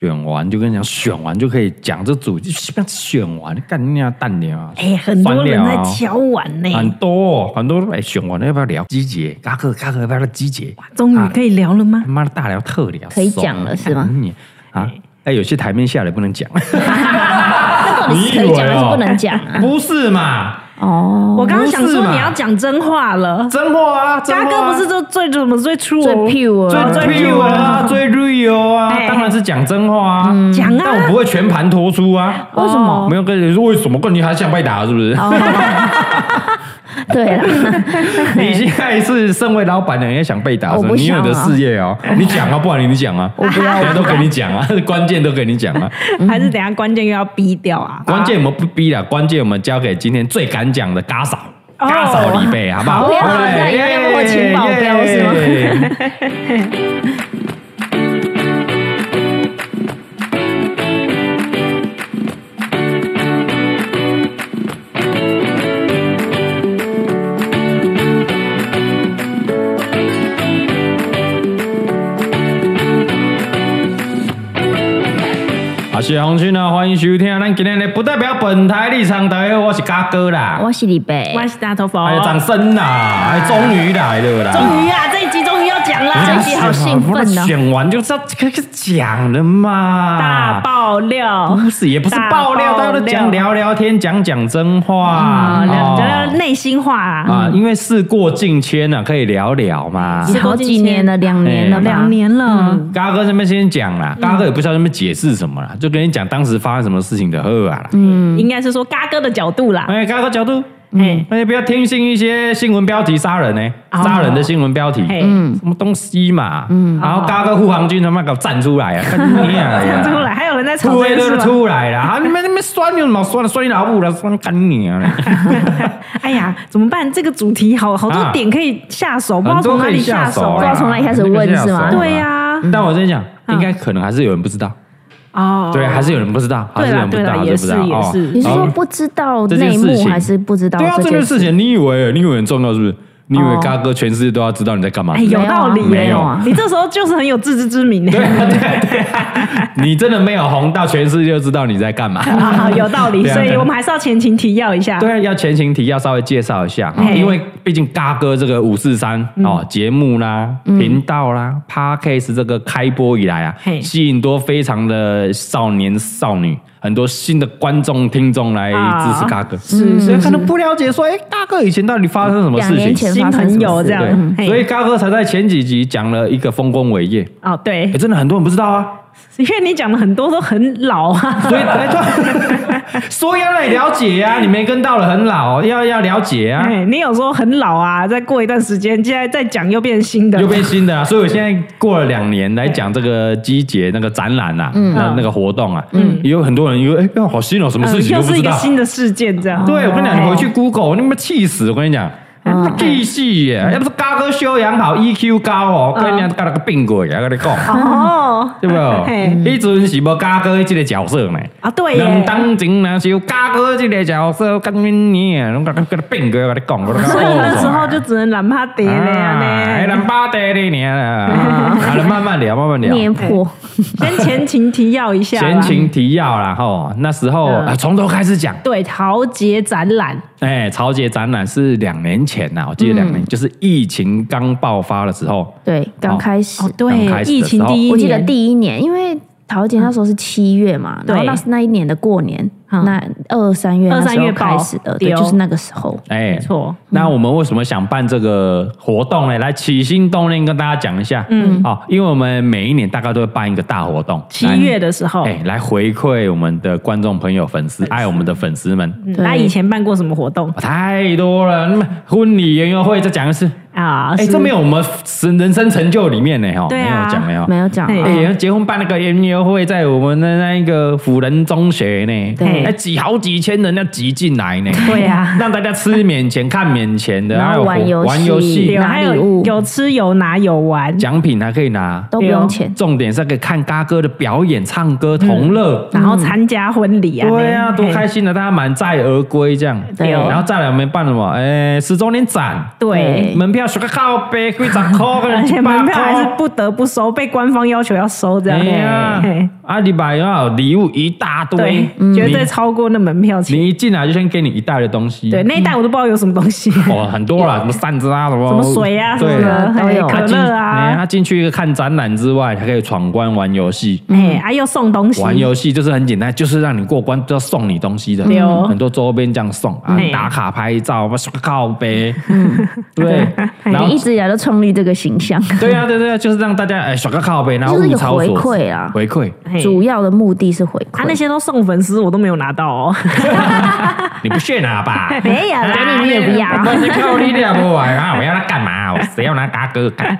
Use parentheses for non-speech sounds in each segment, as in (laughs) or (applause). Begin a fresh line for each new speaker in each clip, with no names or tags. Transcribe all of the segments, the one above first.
选完就跟你讲，选完就可以讲这主机，就选完干你娘蛋娘啊！
哎，很多人在敲碗呢、
很多哦很多来选完了要不要聊机节？嘎克嘎克要不要聊机节？
终于可以聊了吗
他？妈的大聊特聊，
可以
爽啊
讲了是吗
干你啊，哎，有些台面下来不能讲，
那到底是可以讲还是不能讲啊？
不是嘛？啊
哦，
我刚刚想
不是
说
嘛
你要讲真话了，
真话啊，真话
嘎
啊
哥不是都最怎么最 true
最 pure
最
最 real 啊，最 real 啊，
哎
当然是讲真话啊，
讲啊
但我不会全盘托出啊。
为什么？
没有跟你说为什么？跟你还想被打是不是？
(laughs)
对啦， (laughs)
你现在是身为老板娘，也想被打
我
是不
不
是？你有
想
你的
啊
事业哦，
(laughs)
你讲啊，不然你讲啊，
我不要
大家都给你讲啊， (laughs) 关键都给你讲
(laughs)
啊。
还是等一下关键又要逼掉啊？
关键我们不逼了，关键我们交给今天最敢讲的嘎嫂，
哦
嘎嫂李贝，好不好？
好不要了
哎
不要要我请保镖是吗？
耶我是红军啊，欢迎收听。咱今天的不代表本台立场，大家好，我是嘎哥啦。
我是李贝，
我是大头佛
哎，呀，掌声啦！哎，终于来了啦！
哦终于啊，这一集终于要讲
这
啦
一，集好兴奋哦
选完就是要这个讲的嘛。
大爆料
不是，也不是爆料，大
大
家
爆料
都讲聊聊天，讲讲真话
啊，聊聊
哦
内心话啊，
啊，因为事过境迁啊了，可以聊聊嘛。
也好几年了，两年了吧，
两年了，
嘎哥这边先讲
嗯
啦，嘎哥也不知道那边解释什么啦，就跟你讲当时发生什么事情的呵啊啦。
应该是说嘎哥的角度啦，
哎，嘎哥角度，
哎
哎，不要听信一些新闻标题杀人呢，
哦
杀人的新闻标题，
哎，
嗯
什么东西嘛？嗯，然后嘎哥护航军他妈给我站出来啊！
(laughs)
干你啊！
看出来还有人在吵
出
这
来
件事
都
吗？
出来了，啊！你们你们酸有什么酸的？酸你老母了，酸干你
(laughs)
啊！
哎呀，怎么办？这个主题好好多
啊
点可以下手，不知道
很多
从哪
可
里
以
下
下
手啊
手啊
不知
啦，
道从哪里开始问是吗
很多可以下手啦
对呀
但我真想，
嗯
应该可能还是有人不知道，
哦，
嗯对，还是有人不知道，还
对
是有
啦
人不
对
知
啦，
道，
也
对不
是
知道
也
哦。
是，
你是说不知道
这件
内
事
幕
情
还是不知道
对啊，这
这
件
件
事
事？
情你以为你以为很重要是不是？你以为
哦
嘎哥全世界都要知道你在干嘛？
哎，有道理耶，
没有
啊
你这时候就是很有自知之明
(laughs)
呢，
对啊，对啊，对啊，你真的没有红到全世界都知道你在干嘛。
(laughs) 啊，有道理，
对啊
所以我们还是要前情提要一下，
对，要前情提要稍微介绍一下，哦
嘿嗯
因为毕竟嘎哥这个五四三哦节目啦、频道啦、podcast 这个开播以来啊
嘿，
吸引多非常的少年少女，很多新的观众听众来
啊
支持嘎哥，是，所以可能不了解说，哎，嘎哥以前到底发生什么
两
事
年
情？
前
新
发生什
朋友
么事
这样嗯
对，
嘿
所以嘎哥才在前几集讲了一个丰功伟业，
哦，对
哎，，真的很多人不知道
(laughs)
啊。
因为你讲的很多都很老啊，
所以，哎，对， (laughs) 所以要让你了解呀、啊，你没跟到了很老，要要了解啊。
哎，你有时候很老啊，再过一段时间，现在再讲又变新的，
又变新的啊，所以我现在过了两年来讲这个机节那个展览啊，那那个活动啊，也有很多人以为哎，哎好新哦，什么
嗯
事情
又
都不
是
知
一个
道。
新的事件这样。
对，我跟你讲，你
哦
回去 Google，你他妈气死！我跟你讲，哎继续
嗯
耶，哎要不是嘎哥修养好，EQ 高哦，我跟你讲，干了个病鬼啊，跟你讲，
哦，
对
嘿
不？一阵是无嘎哥这个角色呢。
啊，对
人
耶，
当前若是有嘎哥这个角色，跟你你，啊拢甲甲变过，甲你讲，
所以那时候就只能懒趴跌了
哎，
呀呢。
人巴得你你啦，好了，啊慢慢聊，慢慢聊。
念破，
先前情提要一下
前
啦，
情提要啦，吼，那时候
啊嗯
啊从头开始讲。
对陶杰展览，
哎，潮姐展览是两年前呐，我记得两
嗯
年，就是疫情刚爆发的时候，
对，刚开始
哦，对
刚开，始的
疫情第一年，
我记得第一年，因为桃姐那时候是七月嘛，
对
然后那那一年的过年，
嗯
那二三月
二
那
三
时
月
候
爆
开始的，对，
对哦
就是那个时候。
哎，
没错，
那我们为什么想办这个活动呢？来起心动念跟大家讲一下，嗯，好，因为我们每一年大概都会办一个大活动，
七
来
月哦的时候
哎、，来回馈我们的观众朋友、粉丝，爱我们的粉丝们。
嗯
对
那以前办过什么活动
太多了，那么婚礼研优会再讲一次，
啊？
哎、
是
这没有我们人生成就里面呢，哈、
对
没
啊
有讲没有，
没有讲
嘿
哎、
哦
结婚办那个研优会，在我们的那一个辅仁中学呢，
对
哎挤好几千人要挤进来呢，
对啊
(laughs) 让大家吃免钱、看免钱的，
然后
还有
玩
玩游
游戏
戏
有，
拿
还
礼
有
哦
物
有吃有拿有玩，
奖品还可以拿，
都不用钱，
重点是可以看嘎哥的表演、唱歌、同乐。
然后参加婚礼啊，
对啊，
嘿
多开心的，大家满载而归这样。
对
然后再来我们办什么？哎，十周年展，
对
对
门票收个靠背，贵十块，
而且
一
门
百
票还是
块。
不得不收，被官方要求要收这样。
哎呀
嘿，
啊，你买了礼物一大堆
对，，
嗯
绝对超过那门票钱。
你一进来就先给你一袋的东西，
对，那一袋我都不知道有什么东西，什
哦，很多啦，什么扇子啊，什么什
么水啊什么的，
对
还
都有
有可乐啊，
他进去一个看展览之外，还可以闯关玩游戏。
哎，啊又送东西，
玩游戏就是很简单，就是让你过关，就要送你东西的，
对哦
很多周边这样送啊
嘿，嗯
打卡拍照，靠背，对，
(laughs)
然
哎
后
你一直以来都创立这个形象，
对啊，对对啊，就是让大家哎耍个靠背，然后
就是一
物
个
超所值
回馈啊
回馈，
嘿
主要的目的是回
啊那
馈。
些都送粉丝，我都没有拿到哦。
你不炫啊吧？
(laughs) 没有啦，
啊
给你你也不要，
不是靠你俩不玩啊！我要他干嘛？我谁要拿嘎哥干？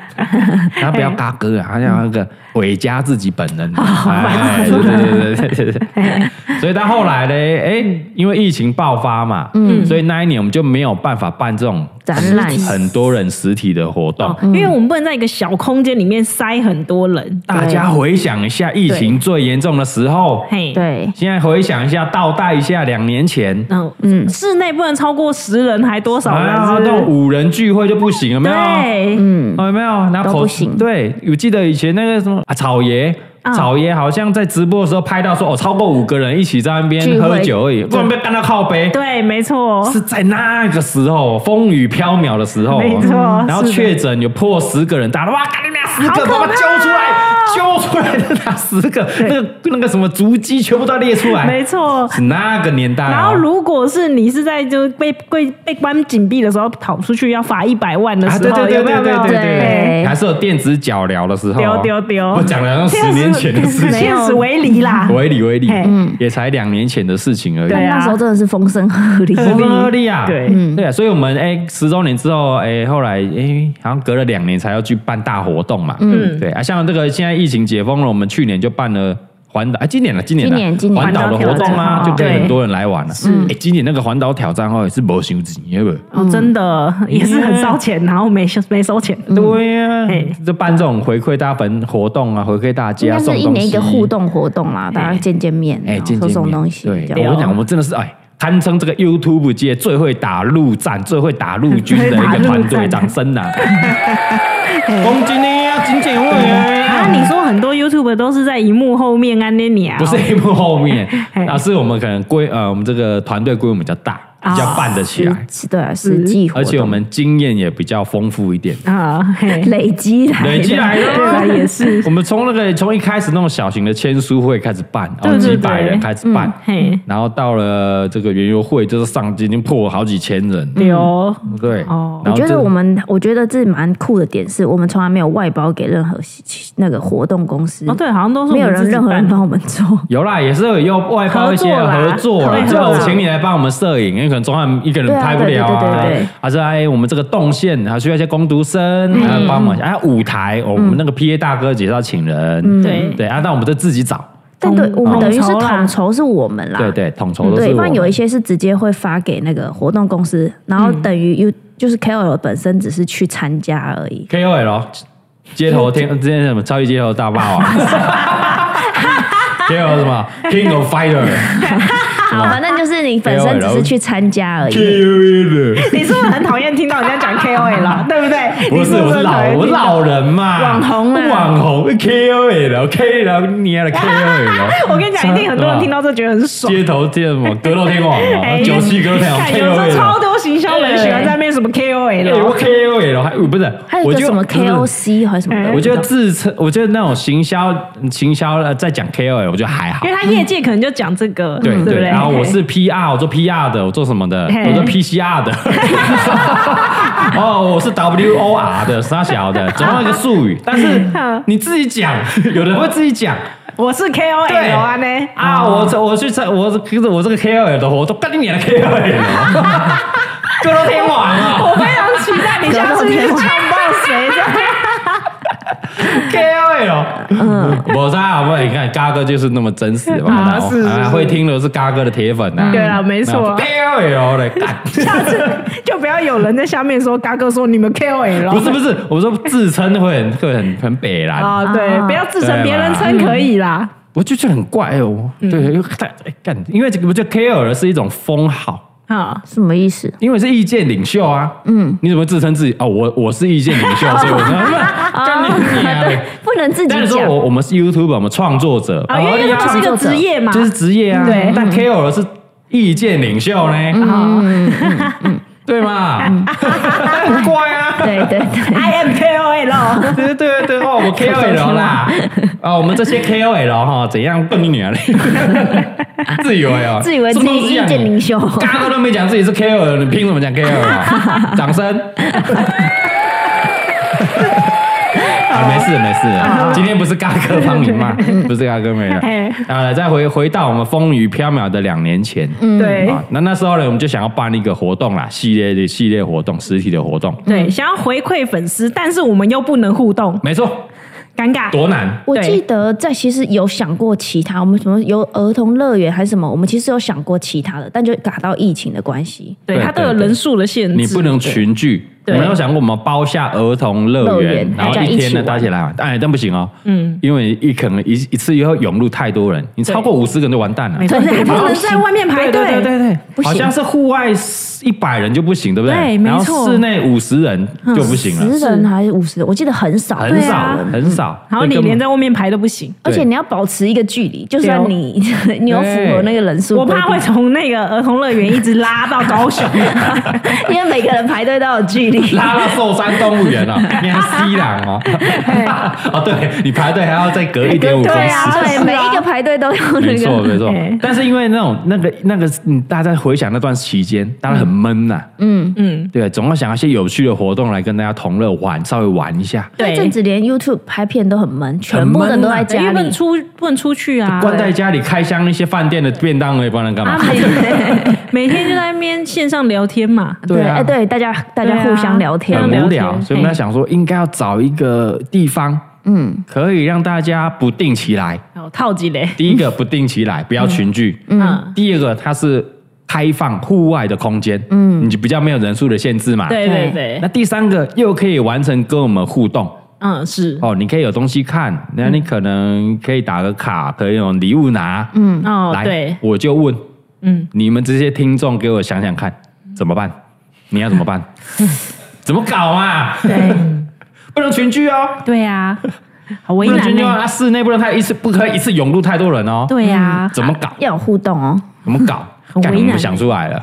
他不要嘎哥啊，他要那个伟嘉自己本人。哎，对对对对对对对。所以他后来呢，哎，因为疫情爆发嘛，嗯，所以那一年我们就没有办法办这种
展览
很多人实体的活
(laughs)
动。
哦因为我们不能在一个小空间里面塞很多人。
大家回想一下疫情最严重的时候，
嘿，，
对，
现在回想一下，倒带一下两年前。
嗯嗯，室内不能超过十人，还多少人
啊，
是不
那
是？
种五人聚会就不行，有没有？
对，
嗯，
哦，有没有拿
都
口
不行
对，我记得以前那个什么、啊、草爷。
嗯
草爷好像在直播的时候拍到说，哦，超过五个人一起在那边
聚会
喝酒而已，不然被干到靠背。
对，没错，
是在那个时候，风雨飘渺的时候，啊嗯
没错
然后
是的
确诊有破十个人，打了哇，干你俩十个，
啊
把我揪出来，揪出来
(laughs)
的那十个，那个那个什么足迹全部都要列出来，
没错。
啊是那个年代哦。
然后，如果是你是在就被被被关紧闭的时候跑出去要罚一百万的
啊，
时
对对
候，
对
有没
对
有没
对对
有？
对，
对
还是有电子脚镣的时候哦，
丢丢丢！
我讲了好像十年前的事情，
现实为
(laughs)
例啦。
为理为理
嘿，
嗯
也才两年前的事情而已
对。啊
那时候真的是风声鹤
风声鹤
唳，
唳啊！
对
嗯
对啊，所以我们哎十周年之后哎，后来哎好像隔了两年才要去办大活动嘛。嗯，对啊，像这个现在疫情解封了，我们去年就办了环岛，哎今年了，今年
今年
了，
今年
环岛的活动啊，
环岛挑战
就跟
对
很多人来玩了。
嗯
哎，今年那个环岛挑战哦也是没收钱，对不对？
哦，真的也是很烧钱，然后没收没收钱。
嗯
对呀
嘿，
就办这种回馈大粉活动啊，回馈大
应
家
该
送东
是
西，
一年一个互动活动啦，大家见见面，
哎，
哦
然后
见
送
见
送
面
东西，
对，
这
我
样
跟你讲，我们真的是哎，堪称这个 YouTube 界最会打陆战、最会打陆军的一个团
(laughs) 最
队，
会打陆战哎
掌声
(laughs)
呐！恭喜你啊，金姐妹
啊，
啊！
你说很多 YouTube 都是在荧幕后面安妮你啊？
不是一幕后面
(laughs) 嘿，
而是我们可能规呃，我们这个团队规模比较大，
啊
比较办得起来，
实对啊，实际活动，
而且我们经验也比较丰富
(laughs)
一点。
啊，嘿
累积来的，
累积来的
哎对啊，也是，
(laughs) 我们从那个从一开始那种小型的签书会开始办，然
对
后
对
几
对嗯
百人开始办，
嘿，
然后到了这个园游会，就是上已经破好几千人，
有
对，
哦
然后
我觉
这
得我们，我觉得这蛮酷的点是，我们从来没有外包给任何那个活动公司，
哦，对，好像都是
没有人任何人帮
我
我们做，
有啦，也是有用外包一些啊合作啦，
合作啦
就
合
我
作
请你来帮我们摄影，因为可能钟汉一个人拍不了
对
啊
啊对对对对对，
还是哎我们这个动线，还需要一些工读生来帮
嗯
忙，哎舞台我们那个 PA 大哥介绍请
嗯
人，
对
对啊，那我们就自己找，
但对
统
我们等于是
统筹啦
统筹是我们啦，
对对，统筹都是
嗯对，不
我
然有一
们。
些是直接会发给那个活动公司，然后等于又就是 KOL 本身只是去参加而已，
KOL 咯街头
(laughs)
天，之前什么超级街头大霸王 (laughs) ，KOL 什么 King of Fighter，
啊好，反正就是你本身只是去参加而已。
KOL
(laughs) 们，你是不是很讨厌听到人家讲 KOL
(laughs)
啦？啊对不对？
不
(laughs) 你
是，
不
我是
很讨
老
厌
我
听到
老人嘛，
网红啊
网红哎 KOL，KOL 你的 KOL，
我跟你讲，一定很多人听到这觉得很爽。
街头见什么格斗天王嘛，
哎
哦九七格斗天王
看有时候
KOL
超。多行销人喜欢在那边什么
哎我
KOL，
KOL 还呃不是，
还有
我
一
就
个什么
不是
KOC 还是什么的，
我觉得
不知道
自称，我觉得那种行销行销呃在讲 KOL，我觉得还好
因为。他业界可能就讲这个，
对
不嗯对？
然后我是 PR，我做 PR 的，我做什么的？
嘿
我做 PCR 的。 (laughs) 哦，我是 WOR 的，沙小的，总有一个术
(laughs)
语。但是
嗯
你自己讲， (laughs) 有人会自己讲
(laughs) 我是 KOL 啊呢
啊。我这我去参，我这我这个 KOL 的活动，干你娘的 KOL，各
嗯
(laughs) 都天王啊
(laughs) 我非常期待你下次 (laughs) 去看到谁这样。
，KOL。嗯，我在好不好？你看嘎哥就是那么真实嘛，
啊是是
啊
是
会听的是嘎哥的铁粉呐。
对啊没错啊
，KOL 的干。
下次 (laughs) 就不要有人在下面说嘎哥说你们 KOL，
不是不是，
(laughs)
我说自称会很会很很北蓝，
啊，对，
啊
不要自称别人称可以啦，嗯
我就觉得很怪哦。对，又太哎干，因为这个我觉得 KOL 是一种封号，
啊，
什么意思？
因为是意见领袖啊，嗯，你怎么自称自己？哦，我我是意见领袖，
哦
所以我说 (laughs) 干你
哎 (laughs)
娘
(laughs)
嘞！
不能自己
但是说
讲
我我们是 YouTube，我们创作者，
啊，因
合
为
理
它
啊
是一个职业嘛，
就是职业啊。
对嗯
但 KOL 是意见领袖呢，嗯
啊
对嘛？
嗯
(laughs) 很怪啊。
对对 (laughs) 对，
，I am
(laughs)
KOL，
对对对哦，我们 KOL
(laughs)
啦，啊，我们这些 KOL 哈，怎样笨你娘嘞？自以为哦，
自以为自
什么
己
都是这
意
样
见领 (laughs) 袖，
啊
啊
嘎哥都没讲自己是 KOL，你凭什么讲 KOL？啊掌声！啊，
(laughs)
没事没
啊
事，今天不是嘎哥帮你骂，不是嘎哥没了
哎。
啊，再回回到我们风雨飘渺的两年前，
嗯
对
啊，那那时候呢，我们就想要办一个活动啦，系列的系列活动，实体的活动，
对，想要回馈粉丝，但是我们又不能互动，
没错，
尴尬。
多难。
我记得在其实有想过其他，我们什么有儿童乐园还是什么，我们其实有想过其他的，但就打到疫情的关系，
对，
对
它都有
对对
人数的限制，
你不能群聚。
对
有没有想过我们包下儿童乐
乐
园
园，
然后
大家
一
一
天呢
起玩
大家一起来玩？哎，但不行哦，嗯，因为一可能一一次又要涌入太多人，你超过五十个人就完蛋了
没。错，
对
还不能
不行
在外面排
对
队，
对对对
不
对，
行
好像是户外一百人就不行，对不
对
对？
没
然后
错
室内五十人就不行了，
十人还是五十人，我记得很少，
很
嗯对
少
啊
很少。
然后
所
你
以根本
连在外面排都不行，
而且
对
你要保持一个距离，就
对哦
算你 (laughs) 你有符合那个人数
我
规定，
怕会从那个儿童乐园一直拉到高
(laughs)
雄。
因为每个人排队都有距离。
拉到寿山动物园了，你还西朗哦， (laughs) 哦，对你排队还要再隔一点五公
对
尺。
啊
对，每一个排队都 (laughs) 有
没
那
错，
个。
没错
对。
但是因为那种那个那个，嗯大家回想那段期间，大家很闷呐、
嗯，
嗯，
对，总要想一些有趣的活动来跟大家同乐玩，稍微玩一下。
那阵子连 YouTube 拍片都很闷，全部人都在
啊因
家
为不能
里。
出不能出去啊，
关在家里开箱那些饭店的便当而已，不然干嘛 (laughs)
啊？每每天就在那边线上聊天嘛，
对啊
哎，对，大家大家互相聊天，
很
聊
无
天
聊，所以我们在想说，应该要找一个地方，嗯，可以让大家不定期来。
然后哦套几嘞，
第一个不定期来，不要群聚。
嗯，
第二个，它是开放户外的空间，嗯，你就比较没有人数的限制嘛。
对对
对
对
那，第三个又可以完成跟我们互动
嗯是，
哦，你可以有东西看，那你可能可以打个卡，可以有礼物拿。嗯，
哦
来，
对，
我就问
嗯，
你们这些听众，给我想想看，怎么办？你要怎么
(laughs)
办？怎么搞嘛？
对，
不能群居哦，
对啊，好
不
为
能
难
群居哦，
呢，
那室内不能太一次，不可以一次涌入太多人哦。
对啊，
怎么搞？
要有互动哦。
怎么搞？
很
干
为
我们
难
想出
(laughs)
来了，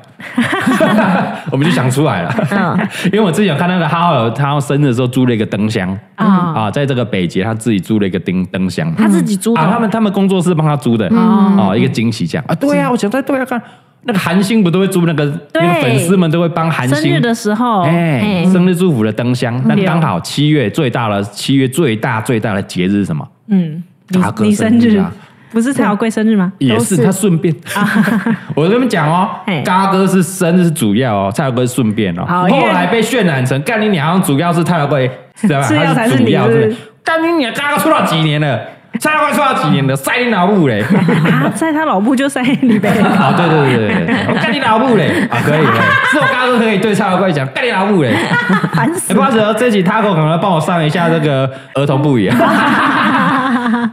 我们就想出来了。
嗯，
因为我之前有看那个哈尔，他要生日的时候租了一个灯箱
啊
啊，在这个北捷他自己租了一个灯灯箱
他自己租
啊，他
的，
们他们工作室帮他租的
嗯
哦，一个惊喜奖啊，对啊，我想在对啊，看那个韩星不都会租那个，
对
那个粉丝们都会帮韩
生
星
日的时候，
哎
哎
生日祝福的灯箱，那
对
刚好七月最大的七月最大最大的节日是什么？
嗯，你
大哥
你
生
生
日
日
啊
不是蔡小贵生
(laughs)
日吗？
也
都
是
是
他顺便， (laughs) 我跟你们讲哦
嘿，
嘎哥是生日是主要哦，蔡小贵是顺便哦，
好因为
后来被渲染成干你娘，好像主要是蔡小贵，对吧？
次要
他
才
是
(laughs) 是
主
你
要，
是不是
是不是干你娘，嘎哥出道几年了？蔡小贵出道几年了？塞你老母嘞！
(laughs) 啊，在他老婆就在你呗，
(laughs) 啊，对对对对对，我 (laughs) 干你老母嘞！啊，可以，可以，是我嘎哥可以对蔡小贵讲干你老母 (laughs) 嘞。
烦死
哎，不好意思哦，这集 Taco 可能要帮我上一下这个儿童不宜。啊 (laughs)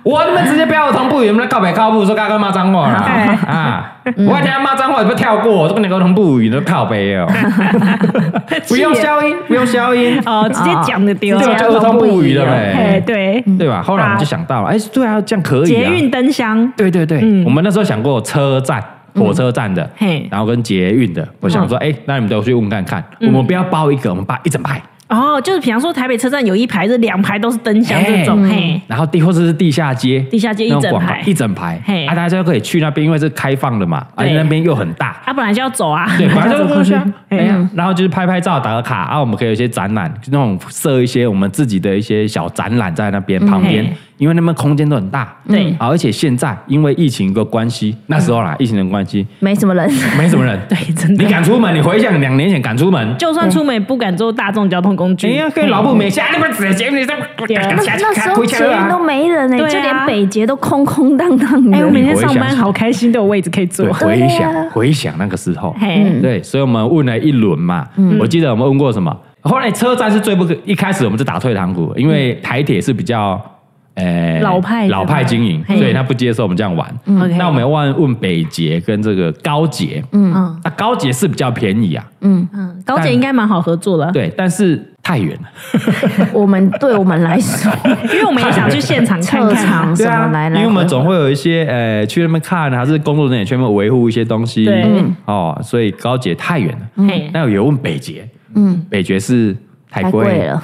我他妈直接不要儿童不宜，我们在告白告步说刚刚骂脏话啦 (laughs) 啊！我听他骂脏话，你不跳过，这个儿童不宜都靠背 (laughs) 哦，不用消音，不用消音， (laughs)
哦，直接讲的丢
这就
哦，
叫儿童不宜了
哎，
呗，
对，
对吧？后来我们就想到了，哎，对啊，这样可以
捷
嗯啊。
运灯箱，
对对对，
嗯
我们那时候想过车站、火车站的，
嘿嗯
然后跟捷运的，我想说，哎，那你们都去问看看，我们不要包一个，我们包一整排。
哦，就是比方说台北车站有一排，这两排都是灯箱这
哎
种，嘿，
然后地或者是地下街，
地下街一
那种
整
广告
排
一整排，
嘿
啊，大家就可以去那边，因为是开放的嘛，而且
对
那边又很大，
(laughs) 他本来就要走啊，
对，反正就
要
是
(laughs) 走
过
过
去
去
啊，，哎
哎
呀，然后就是拍拍照、打个卡啊，我们可以有一些展览，那种设一些我们自己的一些小展览在那边旁边
嗯嘿，嗯
因为那边空间都很大，
对
啊，而且现在因为疫情的关系，那时候啦，
嗯
疫情的关系
没什么人，
没什么人，
(laughs) 对，真
你
的，
敢出门？你回想两年前敢出门，
就算出门也不敢坐大众交通工
哎
具，
呀，跟老布没下，你们直接你这
啊
那那时候捷运都没人呢，
对啊
就连北捷都空空荡荡
哎，我
的。
每天上班好开心，都有位置可以坐
对，，回想回想那个时候，
嘿，嗯
对，所以我们问了一轮嘛，我记得我们问过什么？后来车站是最不可，一开始我们就打退堂鼓，因为台铁是比较呃
老派
老派经营，
嘿嗯
所以他不接受我们这样玩。
OK
那我们要问问北捷跟这个高捷，
嗯
那高捷是比较便宜啊，
嗯，高姐应该蛮好合作的，
对，但是太远了，
我们 (laughs) 对我们来说，
因为我们也想去现场看
特
看
长。
对
什么
啊
来，
因
来，
为我们总会有一些呃去那边看，还是工作人员去那边维护一些东西，
对嗯
哦，所以高捷太远了。
嘿， (laughs)
那有问北捷，嗯，北捷是太
太
贵
贵。了，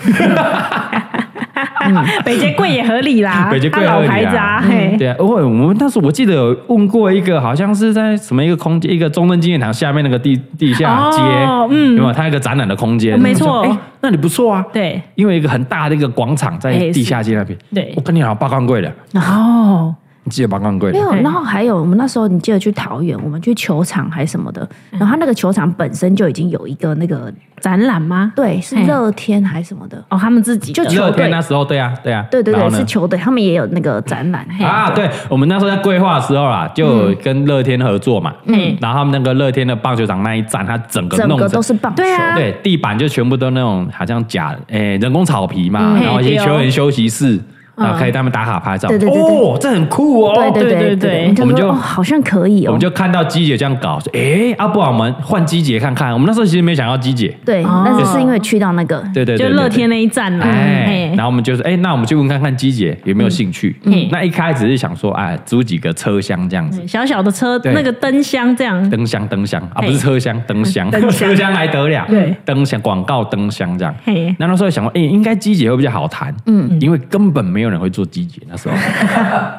北捷贵也合理啦，
(laughs) 北捷贵
它
而
老
已
牌子啊，
嗯
嘿，
对啊，我我们当时我记得有问过一个，好像是在什么一个空间，一个中正纪念堂下面那个地地下街，
哦嗯
有没有？它有一个展览的空间，
没错
我说哎，那你不错啊，
对，
因为一个很大的一个广场在
哎
地下街那边，
是对
我跟你讲，八冠贵的，
哦，
你记得八冠贵
没
的，
有，然后还有我们那时候，你记得去桃园，我们去球场还是什么的，
嗯
然后它那个球场本身就已经有一个那个，
展览吗？
对，是
嘿
乐天还是什么的，
哦，他们自己的
就
热
球队
天那时候，对啊，对啊，
对对
然
对，
后呢
是球队，他们也有那个展览，嘿
啊，对，我们那时候在规划的时候啦，就有跟乐天合作嘛，嗯
嗯，
然后他们那个乐天的棒球场那一站，它整个
整
弄
个
成
都是棒球，
对啊
对，地板就全部都那种好像假诶、人工草皮嘛，
嗯
然后一些
嘿对哦
球员休息室，啊，可以他们打卡拍照。
嗯对对对对
哦，这很酷哦。
对
对对对
对对，我
我
们
们就
就说哦，好像可以哦，
我们就看到鸡姐这样搞，说诶，啊，不然我们换鸡姐看看。我们那时候其实没想要鸡姐，
对，
哦
但是是因为去到那个，
对对对
就
对
乐
对
天那一站啦，
哎
嘿，
然后我们就说，哎，那我们去问看看鸡姐有没有兴趣。
嗯
那一开始是想说，哎，租几个车厢这样子，
小小的车，
对
那个灯箱这样，
灯箱灯箱啊，
嘿
不是车厢灯箱，
灯箱
车厢还得了？
对，
灯箱广告灯箱这样。
嘿，
那那时候想过，哎、应该机姐会比较好谈，嗯，因为根本没有人会做机姐，那
(laughs)
时候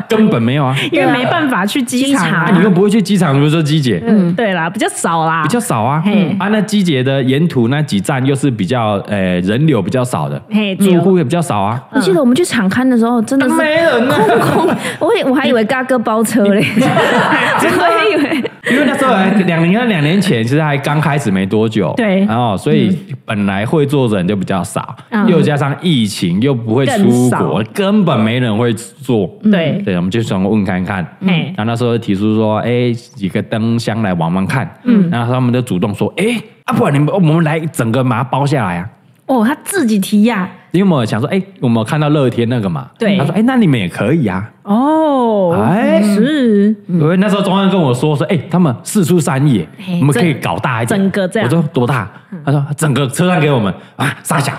根本没有啊，
因
对
为
啊
没办法去机场
啊
啊，
你又不会去机场，你会做机姐，
嗯，对啦，比较少啦，
比较少啊
嘿，
啊，那机姐的沿途那几站又是比较呃人流比较少的，
嘿对
住户也比较少啊，
我记得我们去场刊的时候，真的是
没人啊，
空空，我以我还以为嘎哥包车
(laughs)
嘞，我
啊
(laughs)
还以为
因为那时候还两年两年前，其实还刚开始没多久，
对
然后所以本来会做的人就比较少，
嗯
又加上疫情又不会出国，根本没人会做，
嗯对
对，我们就想问看看，
嗯
然后那时候提出说，哎，几个灯箱来玩玩看，嗯，然后他们就主动说，哎，啊，不然你们我们来整个把它包下来啊。
哦，他自己提呀，
因为我们想说，哎、我们有看到乐天那个嘛，
对
他说，哎、那你们也可以啊。
哦，
哎
是，
因为那时候中央跟我说说，哎、他们四出三野，
嘿
我们可以搞大一点，
整个这样
我说多大？他说整个车站给我们啊，傻
(laughs)
小，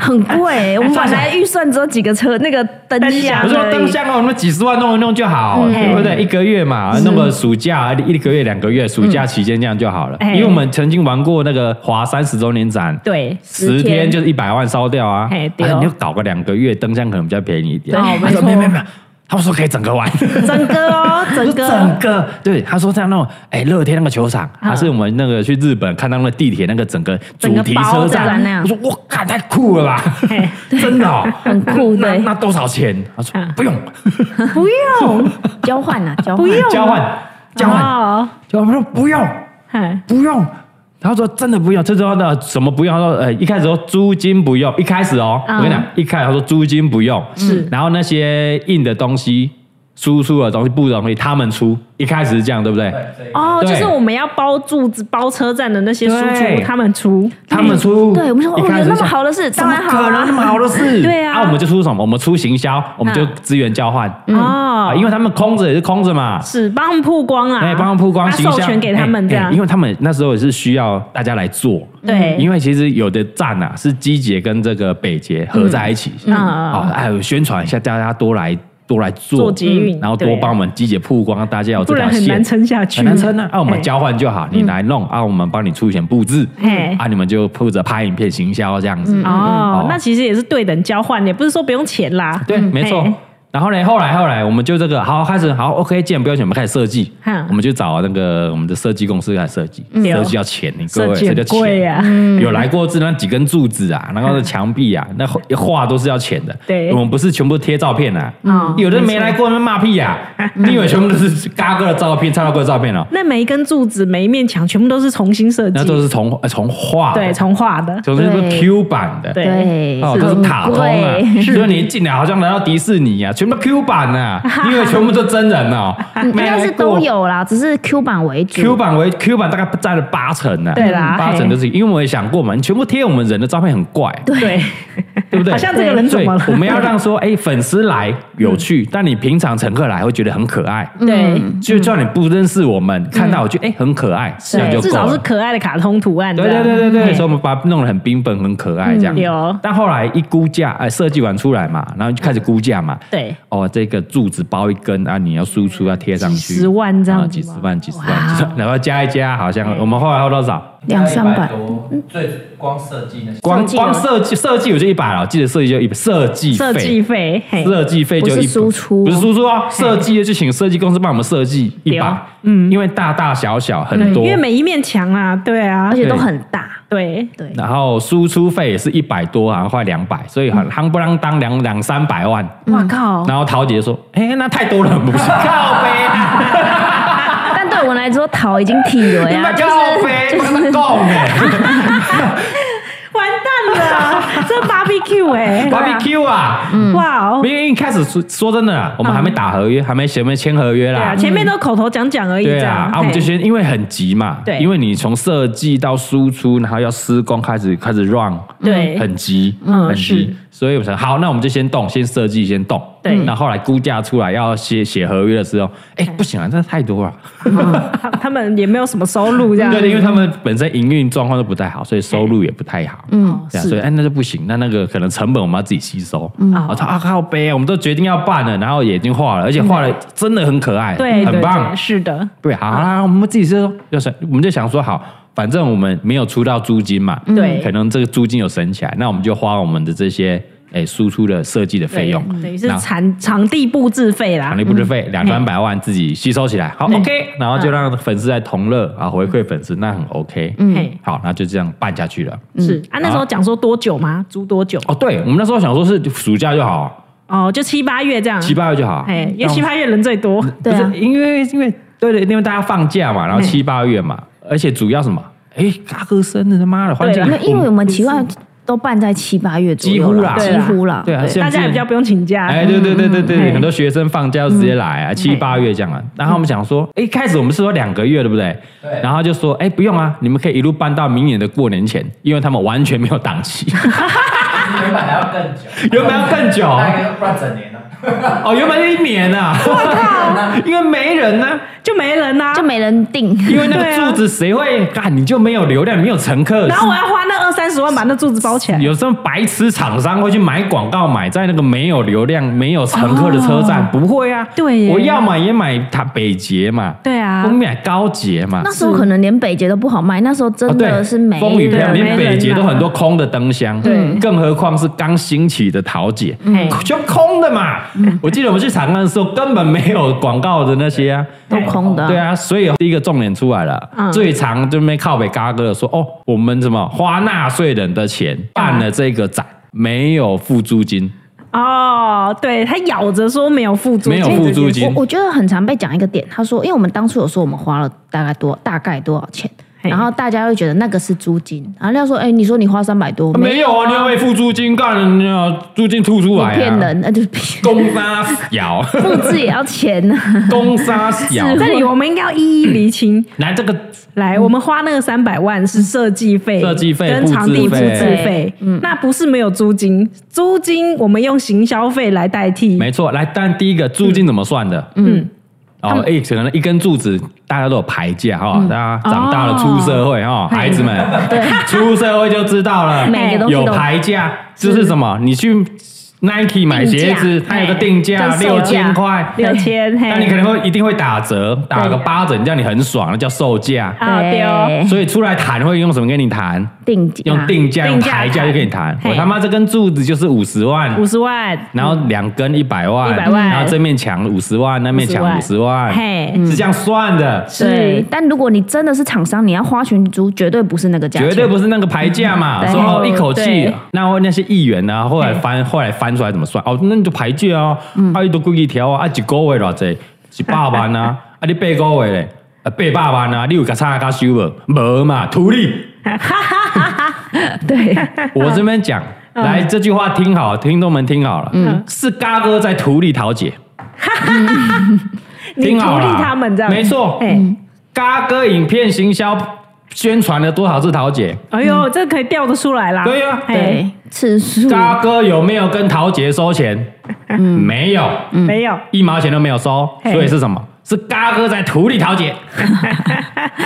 很贵，我们本来预算只有几个车，那个灯箱
哎我
而已，
说灯箱哦，我们几十万弄一弄就好，对不对？一个月嘛，
嗯
弄个暑假一个月两个月，暑假期间这样就好了。
嗯
因为我们曾经玩过那个华三十周年展，
对，
十
十天
天就是一百万烧掉啊，
嘿对
啊你就搞个两个月，灯箱可能比较便宜一点。
对
他
没
说
错
没有没有没有，他们说可以整个玩。
整个哦，整
就
个
整个对，他说像那种哎乐天那个球场，还是我们那个去日本看到那个地铁那个整个主题车
整个包着
站
玩那，样
我说我靠太酷了吧，真的哦，
很酷
那
对
那多少钱？他说
嗯
不用，
(laughs) 不用，
交换啊，交
不
换，
用
交换交换，
哦，
交换，我说不用
嗨，
不用。他说：“真的不用，这时候的什么不用？他说，呃，一开始说租金不用，一开始哦，
嗯
我跟你讲，一开始他说租金不用，嗯
是
然后那些印的东西、输出的东西、不容易他们出，一开始是这样，对不对？
哦，
对
就是我们要包住子、包车站的那些输
对
出，他们出，
他们出，
对我们说
一
哦
开始
有那
想
么好的事
怎么
当然好啊
可能那么好的事？
(laughs) 对啊嗯
我们就出什么？我们出行销，我们就资源交换啊，
哦，
因为他们空着也是空着嘛，
是帮他们曝光啊，
哎，帮他们曝光
啊
行销，
授权给他们
哎
这
哎
样
因，为他们那时候也是需要大家来做。
对，
因为其实有的站啊是机捷跟这个北捷合在一起，
嗯
啊，还有宣传一下，大家多来多来做嗯
做捷运
然后
对
多
啊
帮我们机捷曝光，大家有
不
这条
然很
线
难，撑下去，
很难撑啊！啊，我们
嗯嘿嗯
交换就好，你来弄啊，我们帮你出钱布置
嘿，
啊，你们就负责拍影片行销这样子。
哦
哦，
那其实也是对等交换，也不是说不用钱啦。
对，没错
嘿。
然后呢，后来后来我们就这个好开始好 OK，既然不要钱，我们开始设计
哈，
我们就找那个我们的设计公司来设计，
嗯
设计要钱，你各
设
位
计
这叫
很贵
钱。
啊，
有来过这那几根柱子啊，然后的墙壁啊，那画都是要钱的。
嗯对
我们不是全部贴照片啊，
嗯
有的没来过那骂屁
(laughs)
呀，你以为全部都是嘎哥的照片、蔡大哥的照片哦？
那每一根柱子、每一面墙，全部都是重新设计
那，都是从呃从画的
对，重画的，
总之是
对
Q 版的，
对，
哦，都是卡通啊 (laughs)
很，贵
所以你一进来好像来到迪士尼啊，全部 Q 版
(laughs)
啊，因为全部都真人哦，
嗯
嗯应
没
该
来
是
过
都。有啦，只是 Q 版为主
Q 版为 Q 版大概占了八成呢、啊，
对啦
八成
嘿
都是因为我也想过嘛，你全部贴我们人的照片很怪，
对，
对不对？
(laughs) 好像这个人
所
怎
以
么了？嗯
我们要让说， (laughs) 哎，粉丝来有趣，但你平常乘客来会觉得很可爱。
对。
嗯
就算你不认识我们，看到我觉得哎很可爱，这样
嗯对，
就
至
够
少是
了。
可爱的卡通图案这
对
样。
对对对对，
嘿
所以我们把它弄得很缤纷、很可爱这样
嗯有。
但后来一估价，哎，设计完出来嘛，然后就开始估价嘛。
对，
哦，这个柱子包一根啊，你要输出要贴上去，
几十万这
啊
样子吗
几十万、几十万、几十万，然后加一加，好像我们后来花多少？
两三百
100多，最光设计那些
光
设计
光
了
设计设计我就一百了，我记得设计就一百，设计
设
费
计费，嘿，
设计费就
不
一
是输出哦
不是输出哦，设计就请设计公司帮我们设计一
对
百
哦，
嗯，因为大大小小很
对，
多
因，为每一面墙啊，对啊
而，且都很大，
对，
对，
然后输出费也是一百多，好像快两百，所以很夯不啷当两两三百万。
嗯
哇靠，
然后桃姐说：“哎，那太多了，不是靠 (laughs) 背啊，
但对我们来说，桃已经体了呀，
那
啊就
靠
是
背，
就
不
是
是够哎。”
完
(laughs)
蛋了，这 barbecue 哎
barbecue 啊，
哇哦
因，为一开始说说真的啦，我们还没打合约，还没前面签合约
对啊，
啦。
前面都口头讲讲而已，
对
这
啊
样，，
啊，我们就
嘿
先，因为很急嘛，
对
因为你从设计到输出，然后要施工，开始开始 run，
对
很急，
嗯
很急
是，
所以我们想，好，那我们就先动，先设计，先动，
对
那后来估价出来要写写合约的时候，哎，不行啊，真的太多了，
他 (laughs) 他们也没有什么收入这样，
嗯对，因为他们本身营运状况都不太好，所以收入也不太好，嗯，对啊，所以哎，那就不行，那那个可能成本我们要自己吸收，我
哦
操啊靠背，我们都决定要办了，然后也已经画了，而且画的真的很可爱，
对，
很
对
棒
对，是的，
对，好啦，我们自己就就是我们就想说好。反正我们没有出到租金嘛，
嗯
对
可能这个租金有省起来，那我们就花我们的这些诶输出的设计的费用，
对等于嗯是
然后
场场地布置费啦
场，地布置费两三百万自己吸收起来，好 OK，然
嗯
后就让粉丝来同乐啊，回馈粉丝，那很 OK，
嘿
好，那就这样办下去了。
是啊，那时候讲说多久吗？租多久？
哦，对，我们那时候想说是暑假就好，
哦，就七八月这样，
七，八月就好，
哎，
那
因为
我嗯
七八月人最多，
对啊
不是因为因为对对，因为大家放假嘛，然后
嗯
七八月嘛，而且主要什么？哎，嘎哥生日，他妈的环境
对啊
没有，因为我
们
们期望都办在七八月左右啦，
几
几
乎啦
乎啦，
对啊现
大家也比较不用请假，
哎，对对对对对，
啊嗯
很多学生放假就直接来啊，七八月这样啊。然后我们想说，哎，
嗯
一开始我们是说两个月，对不对？
对
然后就说，哎，不用啊，你们可以一路办到明年的过年前，因为他们完全没有档期， (laughs)
原本还要更久，
原本要更久
大概要不然整年了。
哦，原本就一年啊， (laughs) 因为没人呢、
就没人啊呐，
就没人订，
因为那个
对啊
柱子谁会干，你就没有流量，没有乘客，
然后我要花那二三十万把那柱子包起来，
有时候白痴厂商会去买广告，买在那个没有流量、没有乘客的车站，不会啊。
哦对耶
我要买也买它北捷嘛，
对啊
我买高捷嘛。
(laughs) 那时候可能连北捷都不好卖，那时候真
哦
的
对
是没
风雨
对
飘，
啊
连
没人
北捷
啊
都很多空的灯箱，
对
更何况是刚兴起的桃姐
嗯，
就空的嘛。我记得我们去长安的时候根本没有广告的那些啊，
都空的啊，
对啊，所以第一个重点出来了，
嗯
最常就没靠北嘎哥的说哦，我们什么花纳税人的钱办了这个展，没有付租金，
哦，对他咬着说没有付租金，
没有付租金
我我觉得很常被讲一个点，他说，因为我们当初有说我们花了大概多大概多少钱，
嘿
然后大家会觉得那个是租金，然后人家说，哎、你说你花三百多，
没有啊，你要被付租金干，你要租金吐出来、啊，
你骗，人，那就是
公杀小，
复制也要钱呢、
公杀小，
这里我们应该要一一厘清。
来这个
来，我们花那个三百万是设计费、
嗯设计费
跟场地
布
布
置费嗯
置费，那不是没有租金，租金我们用行销费来代替。
没错，来，但第一个租金怎么算的？
嗯，
哦，哎，可能一根柱子，大家都有牌价哈，大家长大了出社会哈，孩子们，
对，
出社会就知道了， (clears throat)
每个东西
有
都
牌价，就是什么，你去 Nike 买鞋子，
定价
它有个定价
对
六
跟售
千
价
块，
六千，嘿，
但你可能会一定会打折，打个八折，你这样你很爽，那叫售价。
啊对
哎
哦，
所以出来谈会用什么跟你谈？
啊定价，
用定价、用
定价
牌价就跟你谈。
嘿
我他妈这根柱子就是五十万，
五十万，
然后两根一百万，
100万
然后这面墙五十万，那面墙五十万，
嘿，
是这样算的，
对，但如果你真的是厂商，你要花全租，绝对不是那个价钱，
绝对不是那个牌价嘛。
对
说哦一口气
对，
那那些议员呢，后来翻后来翻出来怎么算？哦，那你就牌价哦，啊，你都故意调啊，啊，一个月偌济，一百万啊，啊，你八个月咧。啊，八百万啊！你有甲差甲收无？无嘛，图利。
(laughs) 对，
我这边讲，来这句话听好，听众们听好了，是嘎哥在图利桃姐。
你
听
鼓
好
励
了，
他们这样，哎
没错。
嘿，
嘎哥影片行销宣传了多少次桃姐？
哎呦，这可以调得出来啦，
对啊
嘿，
次数，
嘎哥有没有跟桃姐收钱？没有，
没有，
一毛钱都没有收，
嗯嘿
所以是什么？是嘎哥在图利桃
(laughs)
姐，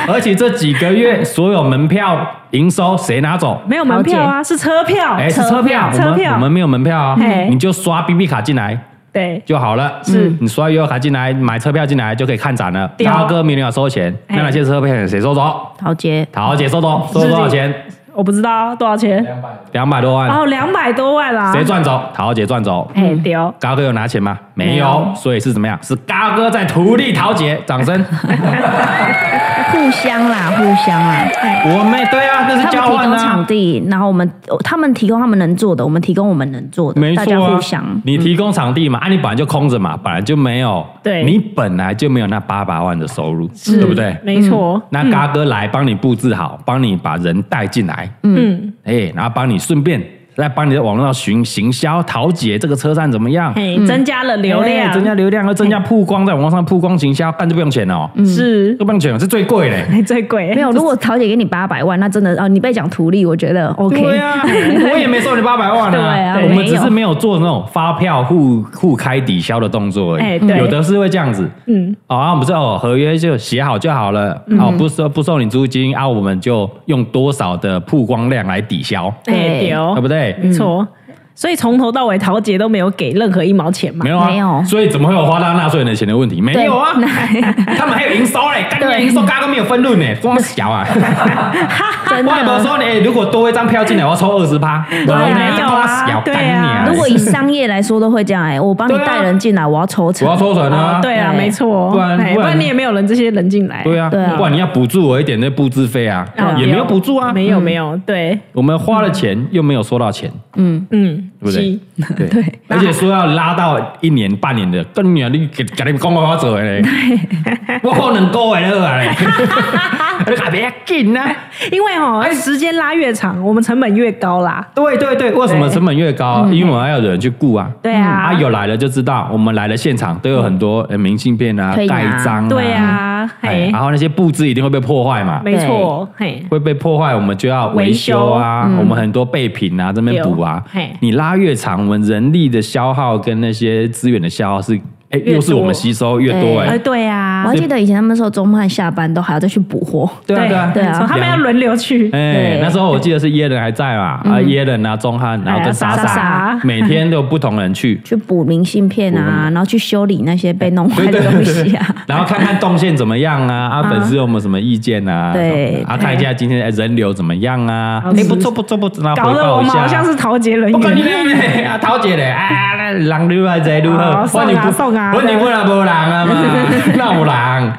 而且这几个月所有门票营收谁拿走？
没有门票啊，是车票，
哎，是车票，
车
我们我
票
们，没有门票啊
嘿，
你就刷 B B 卡进来
对，
就好了。
是
你刷 U 卡进来买车票进来就可以看展了。
对
大哥没有收钱，
嘿
那那些车票谁收
嗯
走？
桃姐，
桃姐收走，收多少钱？
我不知道多少钱，
两百多，
两百多万，
哦，两百多万啦，
谁？赚走？桃姐赚走。
哎，丢，
嘎哥有拿钱吗？没
没
有
有，
所以是怎么样？是嘎哥在图利桃姐，掌
(laughs)
声！
互相啦，互相啦。哎
我们对啊，哎这是
他
交
们提
换
供场
啊，
地，然后我们哦他们提供他们能做的，我们提供我们能做的，
没
大家
错啊
互
嗯
相。。
你提供场地嘛，啊，你本来就空着嘛，本来就没有，
对
你本来就没有那八百万的收入，嗯对不对？
没错，
那嘎哥来帮你布置好，帮你把人带进来，
嗯，
哎，然后帮你顺便再帮你在网络上行行销，桃姐这个车站怎么样？
哎，增加了流量，
哎增加流量，又增加曝光，在网络上曝光行销，干这不用钱哦，
是
这不用钱哦，这最贵嘞。
哎最贵，
没有，如果桃姐给你八百万，那真的哦，你被讲图利，我觉得 OK。
对
(laughs)
啊，我也没收你八百万啊。
对啊
我们
没有
只是没有做那种发票互互开抵消的动作而已。
哎对
有的是会这样子。
嗯，
哦，啊，我们说哦，合约就写好就好了，
嗯
哦，不收不收你租金啊，我们就用多少的曝光量来抵消，
哦
哎
对
丢
啊不，对？
嗯
没错，所以从头到尾桃姐都没有给任何一毛钱嘛
没，有啊，
没有
所以怎么会有花到纳税人的钱的问题？没有啊， (laughs) 他们还有营收嘞，干你啊
对
营收嘎哥没有分论呢，光小
(laughs)
啊。
真
外婆
的。
说你如果多一张票进来，我要抽二十趴，没
啊
光小
对
干
啊
你啊。
如果以商业来说都会这样哎、我帮你
对啊
带人进来，我要抽
我
成
要。抽成啊
哦，对啊，
对
没错，
不然
哎
不
不
然
然你也没有人这些人进来，
对啊，
对啊
不然你要补助我一点那布置费啊
啊，
也没有补助啊，
没有没有，对，
我们花了钱又没有收到钱，
嗯，
对不对
七？
对，而且说要拉到一年半年的，更年你给给你讲我做的嘞，我可能个月了嘞，你还别紧啊。
因为哦，时间拉越长，我们成本越高啦。
对对对，为什么成本越高？因为我们要有人去雇啊。
对啊
啊有来了就知道，我们来了现场都有很多呃明信片啊、
可以拿
盖章啊，
对啊，
哎，
嘿
然，后那些布置一定会被破坏嘛，
没错，嘿，
会被破坏，我们就要维修啊，我们很多备品啊，这边补啊
对嗯嘿。
你拉越长，我们人力的消耗跟那些资源的消耗是，哎，
越多
又是我们吸收越多
对
哎
呃，。对
我
啊，
还记得以前他们说周末和下班都还要再去补货，
对啊对啊
对啊
没错他们要轮流去，
哎
对，
那时候我记得是耶伦还在嘛，啊，耶伦啊，钟汉，然后跟
嗯哎
莎
莎
莎
莎，
每天都有不同人
(laughs)
去，
去补明信片
补
啊，然后去修理那些被弄坏的东西啊。
然后看看动线怎么样啊，啊，粉丝有没有什么意见啊？
对
什么的啊，看一下今天哎人流怎么样啊？
嗯
哎，不错不错不错，然后
搞
回
得我
报一
们
下。
好像是桃捷轮
不管你
椅。
咩咩，啊，桃姐嘞，啊，那人你来在如何
哦？送啊
我不
送啊
我你不然无人啊嘛，
(laughs)
那有人。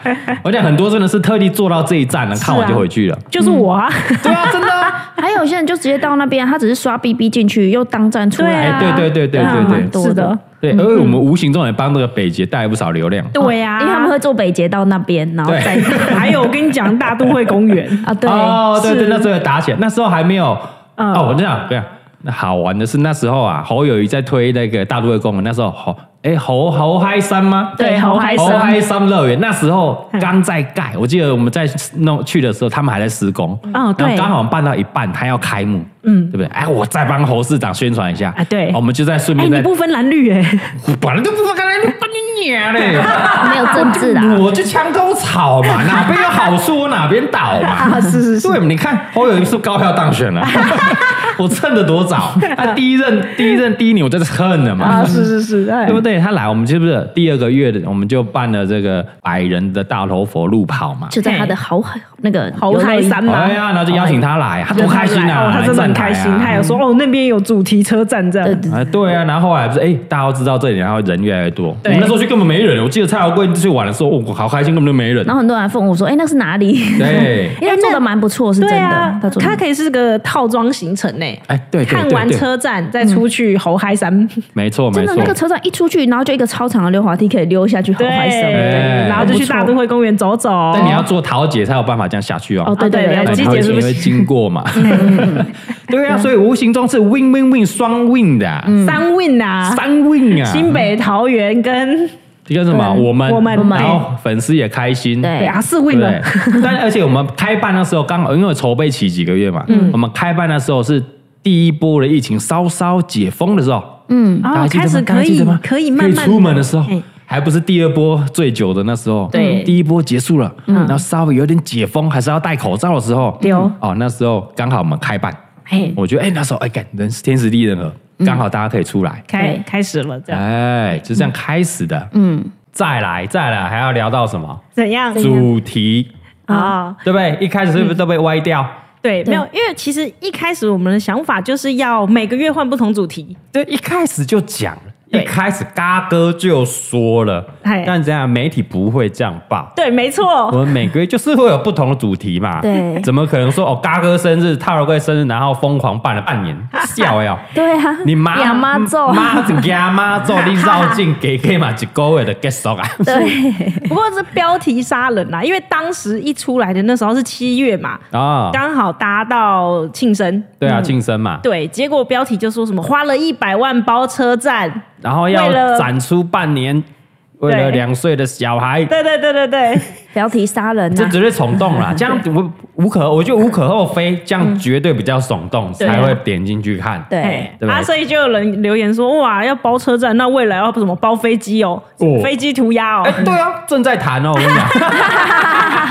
我讲很多真的是特地坐到这一站
啊
了，看完就回去了。
就是我啊，
对
(laughs)
啊，真的啊。
还有些人就直接到那边，他只是刷 BB 进去，又当站出来。
对啊嗯
哎，对对对对
啊
对
蛮
对。
多
是的，
对，而且我们无形中也帮这个北捷带来不少流量。
对呀，
因为他们会坐北捷到那边，然后
对
再
(laughs) 还有，我跟你讲，大都会公园，
啊，对，
哦，对对，
是
那时候有打起来，那时候还没有。
嗯
哦，我这样对啊。那好玩的是那时候啊，侯友谊在推那个大陆的公园，那时候侯哎侯侯嗨山吗？
(laughs) 对
好
好嗨
嗨
侯
山
嗨山哦乐园那时候
嗯
刚在盖，我记得我们在弄去的时候，他们还在施工。
哦对
然后刚好办到一半，他要开幕，
嗯
对不对？哎，我再帮侯市长宣传一下哦
啊对
我们就在顺
哎，
便
你
在
不分蓝绿哎，
本来就不刚才把你娘
(laughs)
嘞，
啊没有政治
(laughs)
啦，
我就墙头草嘛， (laughs) 哪边有好处我哪边倒
(laughs)
嘛。
啊，是是是，
对，你看侯友谊是高票当选了， (laughs) 我蹭的多早。他第一任第一任第一年我就是蹭的嘛
啊，，是是是，
(laughs)
哎
对不对？他来我们是不是第二个月的我们就办了这个百人的大头佛路跑嘛？
就在他的好那个
猴台山嘛
哎呀，然后就邀请他来，他多开心
啊哦
啊！
他真的很开心，
来站
他
台啊
有说哦，那边有主题车站这
对
样，
对
啊，对啊，然后后来不是哎，大家都知道这里，然后人越来越多。我
对
们那时候去根本没人，我记得蔡小贵去玩的时候，哦我好开心，根本就没人
嗯
然。后很多人还问我说：“哎、那是哪里？”
对
(laughs) 因为他做的蛮不错，是真
对
的。
啊
他，做
它
的
可以是个套装行程呢。
哎，对对
看
对
完
对，嗯
车站再出去猴
(laughs)
嗨山，
没错没
真的
错
那，个车站一出去，然后就一个超长的溜滑梯可以溜下去，好
对，
嗨森。
对
然后就去大都会公园走走。
但你要做桃姐才有办法这样下去哦。
哦，对对
对
对，
了
对
解
对
季
桃
节
姐
是不
因
是嗯
为经过
(laughs)
嘛， (laughs) 对啊，所以无形中是 win win win 双 win 的啊，
三 win 啊，
三 win 啊，
新北、桃园跟
这叫什么？
嗯
我们
我们
然后粉丝也开心，
对
对啊四
对
win
不
了
哎对， (laughs)
嗯
但而且我们开办的时候刚好因为筹备期几个月嘛，我们开办的时候是第一波的疫情稍稍解封的时候，
嗯，
大家，
哦
记得
开
吗
始
大家
可
记
以
得吗
可以慢慢
出门的时候
哎，
还不是第二波最久的那时候，嗯
对嗯
第一波结束了，然后稍微有点解封，还是要戴口罩的时候，
对哦
哦，那时候刚好我们开办，
嗯
嘿，
我觉得哎那时候哎感人天时地利人和，刚好大家可以出来，
开
对
开始了，这样
哎，就这样开始的，
嗯，
再来再来还要聊到什么
怎样
怎样
主题，
啊？
对不对？一开始是不是都被歪掉？
对，
对
没有，因为其实一开始我们的想法就是要每个月换不同主题，
对，一开始就讲了，一
对
开始嘎哥就说了，
哎哦
但这样媒体不会这样报。
对，没错，
我们每个月就是会有不同的主题嘛，
对
怎么可能说哦，嘎哥生日、泰罗贵生日，然后疯狂办了半年，笑呀、
(laughs)
(laughs)
对啊，
你妈
亚妈咒
(laughs)
啊，
妈子亚妈做你绕境给给嘛一个月的 get 手
(laughs)
啊，
(laughs) 对，
不过是标题杀人啊啦，因为当时一出来的那时候是七月嘛，
啊，
刚好搭到庆生，嗯
对啊，庆生嘛，
对，结果标题就说什么花了一百万包车站，
然后
为
要
了
展出半年，为了
对
两岁的小孩，
对对对对对，
标题杀人啊
这
呐，
绝对耸动啦，这样我无可，我觉得无可厚非，这样绝对比较耸动，
对啊
才会点进去看。
对
哎，
对
啊，所以就有人留言说，哇，要包车站，那未来要什么包飞机哦，
哦
飞机涂鸦哦
哎，，对啊，正在谈哦，我跟
(laughs)
你讲。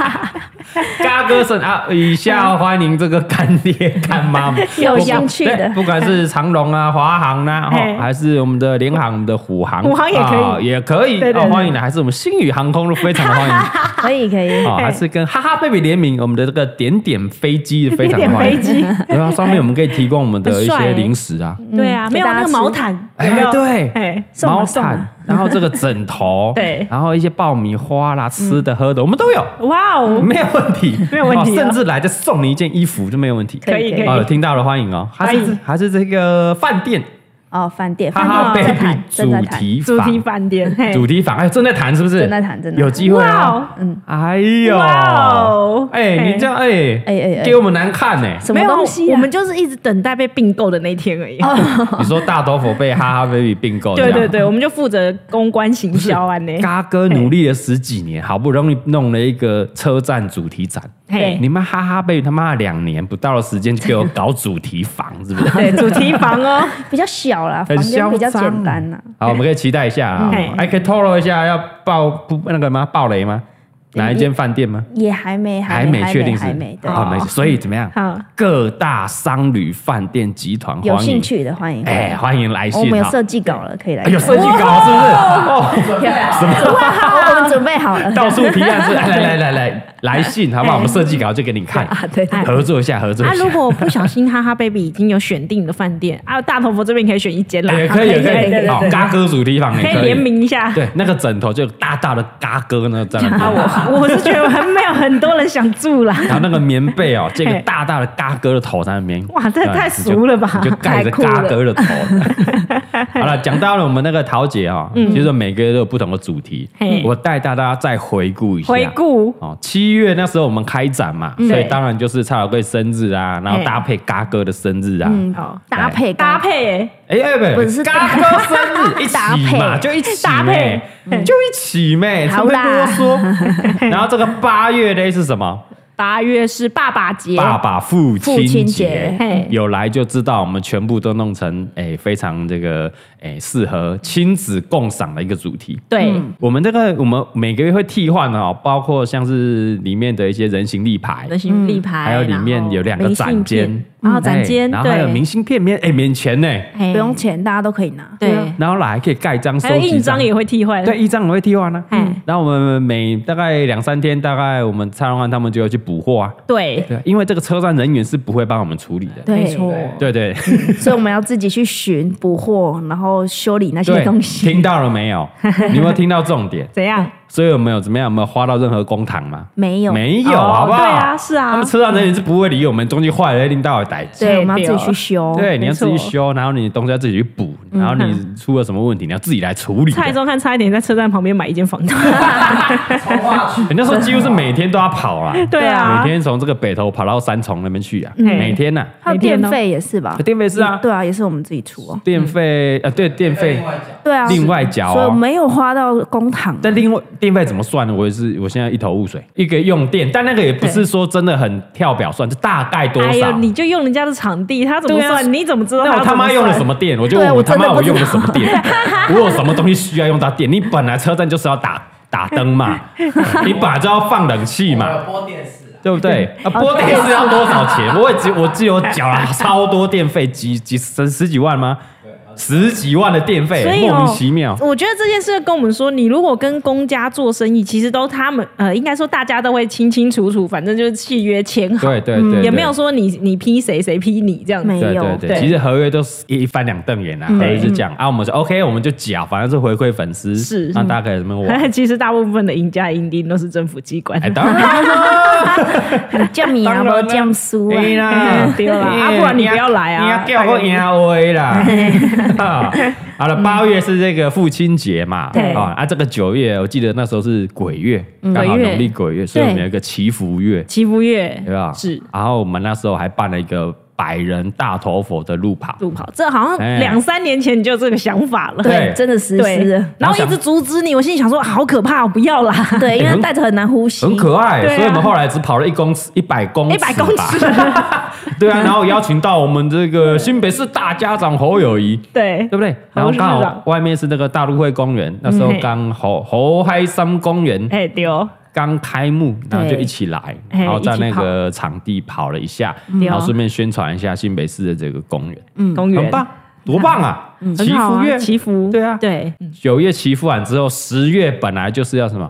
嘎哥生啊，以下欢迎这个干爹干妈
(laughs)
们，
有
不管
兴趣的
对不管是长隆啊、华航啊，
哎
哦，还是我们的联航、我们的虎航，
虎航也可以
啊也可以
对对
哦
对
欢迎的，还是我们星宇航空都非常的欢迎啊
(laughs) 可以
(laughs)
可以，，
还是跟哈哈 baby 联名，我们的这个点点飞机 (laughs) 非常的欢迎
飞。机，
对啊，上面我们可以提供我们的一
很帅
些
欸
零食啊，
(laughs) 嗯
对啊，没有
给大
那
家
个
吃
毛毯，
哎
有没有
对
哎，
送啊
毛
送
毯
啊，
然后这个枕头，
对
然后一些爆米花啦、吃的喝的，我们都有，
哇哦，
没有问题，
没有问题
哦
啊
甚至来再送你一件衣服就没有问题。
可以
可以
可
哦，有
以，
听到了，欢迎哦，还
欢
是
迎
还是这个饭店，
哦，饭店，
哈
饭
哈
店
baby
正在
主
谈，正在谈，
题
主题
房，
饭店，嘿，
主题房，哎，正在谈是不是？
正在谈正在谈
有机会哦
哇。
嗯，
哎呦
哇哦，
哎，
嘿
你这样哎
哎哎哎
给我们难看呢。
什
没
么
有
东西啊？
我们就是一直等待被并购的那一天而已。
哦 (laughs) 你说大豆腐被哈哈 baby 并购，
对
这
对
样
对，我们就负责公关行销啊
(laughs)
呢。
嘎哥努力了十几年，好不容易弄了一个车站主题展。
嘿
你们哈哈贝他妈两年不到的时间就给我搞主题房，是不是？
对，主题房哦，
比较小啦，
很
房间比较
嚣张啊
简单啊呐，
(laughs) 好，我们可以期待一下啊
嘿。
还可以透露一下要爆不那个吗？爆雷吗？哪一间饭店吗？
也还没
还
没
没确定是
还没对，
哦没事。所以怎么样
好？
各大商旅饭店集团
有
欢
兴
迎，
趣的欢迎，哦
哎，欢迎来
我
信
们有
哈。
设计稿了，可以来
哎
看，
有设计稿是不是？哦，
准备好，
(laughs)
我们准备好
(laughs)
了，
到处提案是来来来来来信
哎
好不好？我们设计稿就给你看，
啊，对对，
合作一下，合作
啊，
一下
如。果不小心哈哈 baby 已经有选定的饭店啊，大头佛这边啊可以选一间啦，
也哎可以，也
对
可
对
以，
对
好，
对
嘎哥主题房也
可以
可
联
以。
名一下。
对，那个枕头就有大大的嘎哥呢，这样子
啊， (laughs) 我我是觉得还没有很多人想住
(laughs)
啦。
然后那个棉被哦，
(laughs)
这个大大的嘎哥的头在那边，
哇这
呃
太
你就
俗了吧
你就盖着嘎哥
(laughs)
的头。好了，讲到了我们那个桃姐啊，其实每个月都有不同的主题
嗯嘿，
我带大家再回顾一下。
回顾
哦，七月那时候我们开展嘛，
嗯
所以
对
当然就是蔡小贵生日啊，然后
嘿
搭配嘎哥的生日啊，
嗯
好，
搭配
搭配欸，
哎哎不
不是
嘎哥生日一起嘛，
搭配嗯
就一起
搭配
呗，就一起呗，从
好
不
啦
啰
(laughs)
嗦。然后这个八月嘞是什么？
八月是爸爸节，
爸爸父
父
亲
亲
节
节
嘿
有来就知道，我们全部都弄成哎、非常这个哎适合亲子共赏的一个主题。
对，
我们这个我们每个月会替换哦，包括像是里面的一些人形立牌，
人形立牌，
嗯还有里面有两个展间，
然后明信片然后哦
哎
展间，
然后还有
对
明信片免哎免钱呢，
不用，钱，大家都可以拿，
嘿
啊
对，
然后来还可以盖章收
还有
集
印章也会替换，
对，一张我会替换呢、啊。
嗯
然后我们每大概两三天，大概我们蔡荣汉他们就要去补货啊。
对，
对，因为这个车站人员是不会帮我们处理的。
对，
没错
对
(laughs)
对，
所以我们要自己去寻捕获，然后修理那些
对，
东西。
听到了没
(laughs)
有？你有没有听到重点？
怎样？
所以有没有怎么样？有没有花到任何公帑吗？
没有，
没有，
哦
好不好？
对啊是啊
他们车上人员是不会理我们，东西坏了一定到我逮
对，
对
我们要自己去修。
对，你要自己
哦没错嗯
修，然后你的东西要自己去补，然后你出了什么问题，你要自己来处理的。
蔡宗汉差一点在车站旁边买一间房
(laughs)
子，
从化区
人家说几乎是每天都要跑啊，
(laughs) 对啊
每，天从这个北头跑到三重那边去啊，
嗯
每天呐，
还有电费也是吧？
电费是啊，
对啊，也是我们自己出哦。
嗯
电费啊，对，电
另
费
外讲，
对啊，
另外缴
所以
哦。
没有花到公帑。
但另外电费怎么算呢？我也是，我现在一头雾水。一个用电，但那个也不是说真的很跳表算，就大概多
哎呦，
少。
你就用人家的场地，他怎么
对啊
算？你怎么知道？
那我他妈用了什
么？
么电？我就问
对
我
我
他
真的
妈我
不知道
用了什么电？我有什么东西需要用到电？你本来车站就是要打打灯嘛，你本来就要放冷气嘛。
有播电视啊，
对不对？啊，播电视要多少钱？我也只我只有缴了超多电费，几几十十几万吗？十几万的电费
所，以
哎莫
哦
名其妙。
我觉得这件事跟我们说，你如果跟公家做生意，其实都他们呃，应该说大家都会清清楚楚，反正就是契约签好，
对对对，对
也没有说你你批谁谁批你这样子。
没
对
有
对对，
对
其实合约都是一一翻两瞪眼啊，合约是这样啊。我们说 OK，我们就缴，反正是回馈粉丝，
是
让大家可以什么
(laughs)
玩。
(laughs) 其实大部分的赢家赢定都是政府机关。
哎，当然啦，
叫米啊，
当然
不
啦
酱苏啊
哎，
(laughs)
啦，
对啦啊不然你不要来啊
你要叫我赢威
(laughs)
啦。啊好
嗯
了，八月是这个父亲节嘛，
对
啊啊，这个九月我记得那时候是鬼月，
嗯
刚好
鬼月
农历鬼月，所以我们有一个祈福月，
祈福月
对吧？
是
然后我们那时候还办了一个百人大头佛的路跑，
路跑，这好
哎
像两三年前你就有这个想法了。
对
对，真的实
对
施了，，
然后一直阻止你，我心里想说啊好可怕，不要啦，
对，因
哎很
为带着很难呼吸，
很可爱，
对啊
所以我们后来只跑了一公尺，一百公尺，
一百公尺，。
(laughs) 对啊，然后邀请到我们这个新北市大家长侯友谊，
对
(laughs) 对不对？然
侯
后
市
刚好
长
外面是那个大陆会公园，那时候
嗯嘿
刚侯侯嗨森公园
哎丢，
刚开幕，然后就
对
一起来，
嘿
然后在
一起
那
跑
个场地跑了一下，
对哦嗯
然后顺便宣传一下新北市的这个公园，
公园
很棒，多棒啊！
很
祈
好
福
啊
月，
祈福，
对啊
对，
九月祈福完之后，十月本来就是要什么，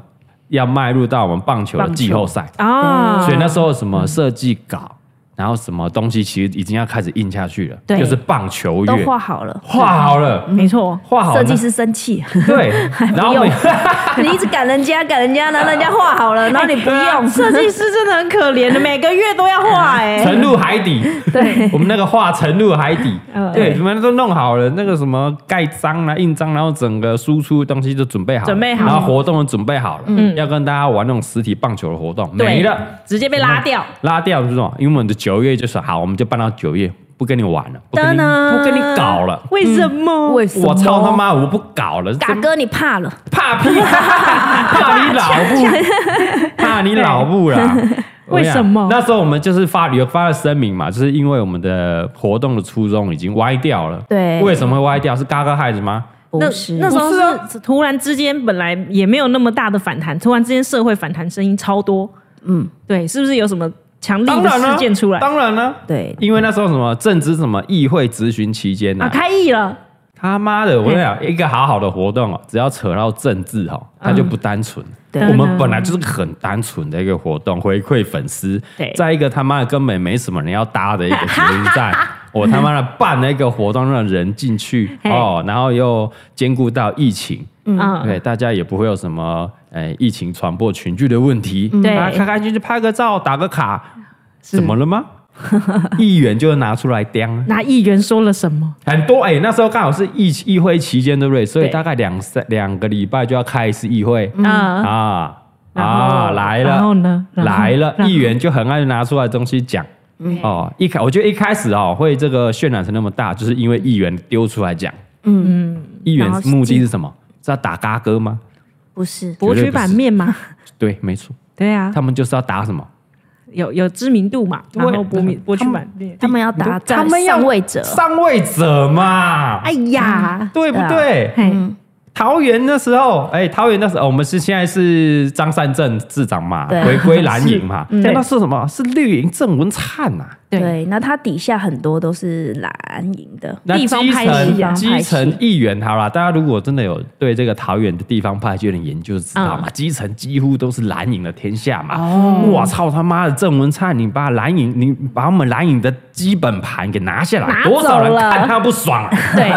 要迈入到我们棒球的
棒球
季后赛，
啊，
所以那时候什么设计稿，然后什么东西其实已经要开始印下去了，
对
就是棒球
都
月
画好了，
画好了，
没错，
画好了
设计师生气， (laughs)
对，然后
不用
每
你一直赶人家，赶人家，然后人家画好了，然后你不
(laughs)
用，
设计师真的很可怜的，每个月都要画
(laughs)
哎、
沉入海底，
对，
我们那个画沉入海
(laughs)
底，
哦
嗯
对，你们都弄好了，那个什么盖章啦、印章，然后整个输出的东西都准备好了，
准备好
然后活动都准备好了，
嗯
要跟大家玩那种实体棒球的活动，
对
没了，，
直接被拉掉。
拉掉这种，因为我们的九月就是好，我们就办到九月，不跟你玩了，不跟你不跟你搞了。
嗯为什么？
为什么？
我操他！妈！我不搞了，
嘎哥，你怕了？
怕屁，怕你老母，怕你老母
(laughs)
啦。我跟你讲
为什么
那时候我们就是发有发了声明嘛，就是因为我们的活动的初衷已经歪掉了。
对
为什么会歪掉？是嘎嘎害的吗？
那
不是，
那时候
不是啊
是突然之间，本来也没有那么大的反弹，突然之间社会反弹声音超多。嗯，啊对，是不是有什么强力
当
的
然了，
事件出来？
当然了，
对
因为那时候什么正值什么议会质询期间呢、
啊，开议了，
他妈的，我跟你讲，一个好好的活动哦，只要扯到政治哦，
嗯
它就不单纯。
对
我们本来就是很单纯的一个活动，回馈粉丝
对。
再一个他妈的根本没什么人要搭的一个捷运
(laughs)
站，我他妈的办了一个活动，让人进去
嘿
哦，然后又兼顾到疫情，
嗯，
对，大家也不会有什么诶疫情传播群聚的问题，
嗯对
大家开开心心拍个照，打个卡，怎么了
(laughs)
吗？议员就拿出来掂啊。
那议员说了什么？
很多哎、那时候刚好是议议会期间，对不对？所以
对
大概两三两个礼拜就要开一次议会、
啊
啊
然后
啊来了，
然后呢然后
来了，
然后
议员就很爱拿出来东西讲。哦，一开我觉得一开始哦会这个渲染成那么大，就是因为议员丢出来讲，嗯嗯，议员
然后是
目的是什么？是要打嘎哥吗？
不是，
博
绝对
取
不是
版面嘛，
对，没错，
对啊，
他们就是要打什么？
有有知名度嘛，
对
然后博民博取版面。
他们要打
他
仗
们要
上位者，嗯
上位者嘛，
呃哎呀，
对不
啊
对？
嘿，
桃园那时候，哎、桃园那时候，我们是现在是张善政市长嘛，
对
回归蓝营嘛，
嗯
但那是什么？是绿营郑文灿呐、啊。
对，
对，那他底下很多都是蓝营的，
那
地方
基
派系啊
层
地方
基
派系
层议员，好啦，大家如果真的有对这个桃园的地方派系有点研究，就知道嘛，基层几乎都是蓝营的天下嘛。我操他妈的，郑文灿，你把蓝营，你把我们蓝营的基本盘给拿下来，
拿
多少人
走了
看他不爽啊？
对，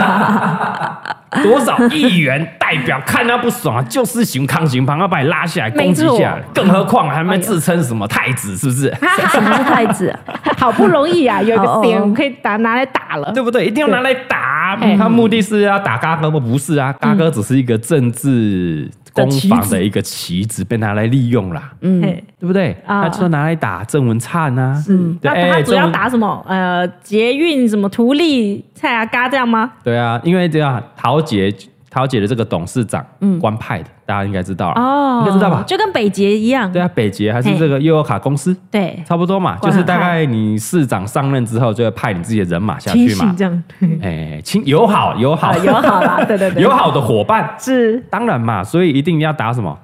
(laughs)
多少议员代表看他不爽啊，就是行康行旁要把你拉下来攻
没
击
错啊
下来，更何况还没自称什么太子，是不
(laughs)
是？
(laughs) 什么是太
(laughs)
子啊？
(laughs) 好不容易 (laughs) 啊，有
哦哦
个
哦
点可以打拿来打了。
对不对？一定要拿来打，
对
他目的是要打嘎哥吗？不是
嗯
啊，嘎哥只是一个政治攻防的一个棋子，被拿来利用啦，
嘿
对不对？
嗯啊
他就是拿来打郑文灿啊，嗯，
那他主
郑
要
文
打什么？呃，捷运什么图利、蔡阿嘎这样吗？
啊对啊，因为这样，桃姐桃姐的这个董事长，嗯，官派的，大家应该知道
哦，
应该知道吧？
就跟北捷一样，
对啊，北捷还是这个悠游卡公司，
对，
差不多嘛，就
官
是大
派
概你市长上任之后，就会派你自己的人马下
清
去
醒
嘛 (laughs)
这，样，
哎，亲友好友好
啊友好
(laughs)
啦，对对对，
友好的伙伴，
是
当然嘛，所以一定要打什么？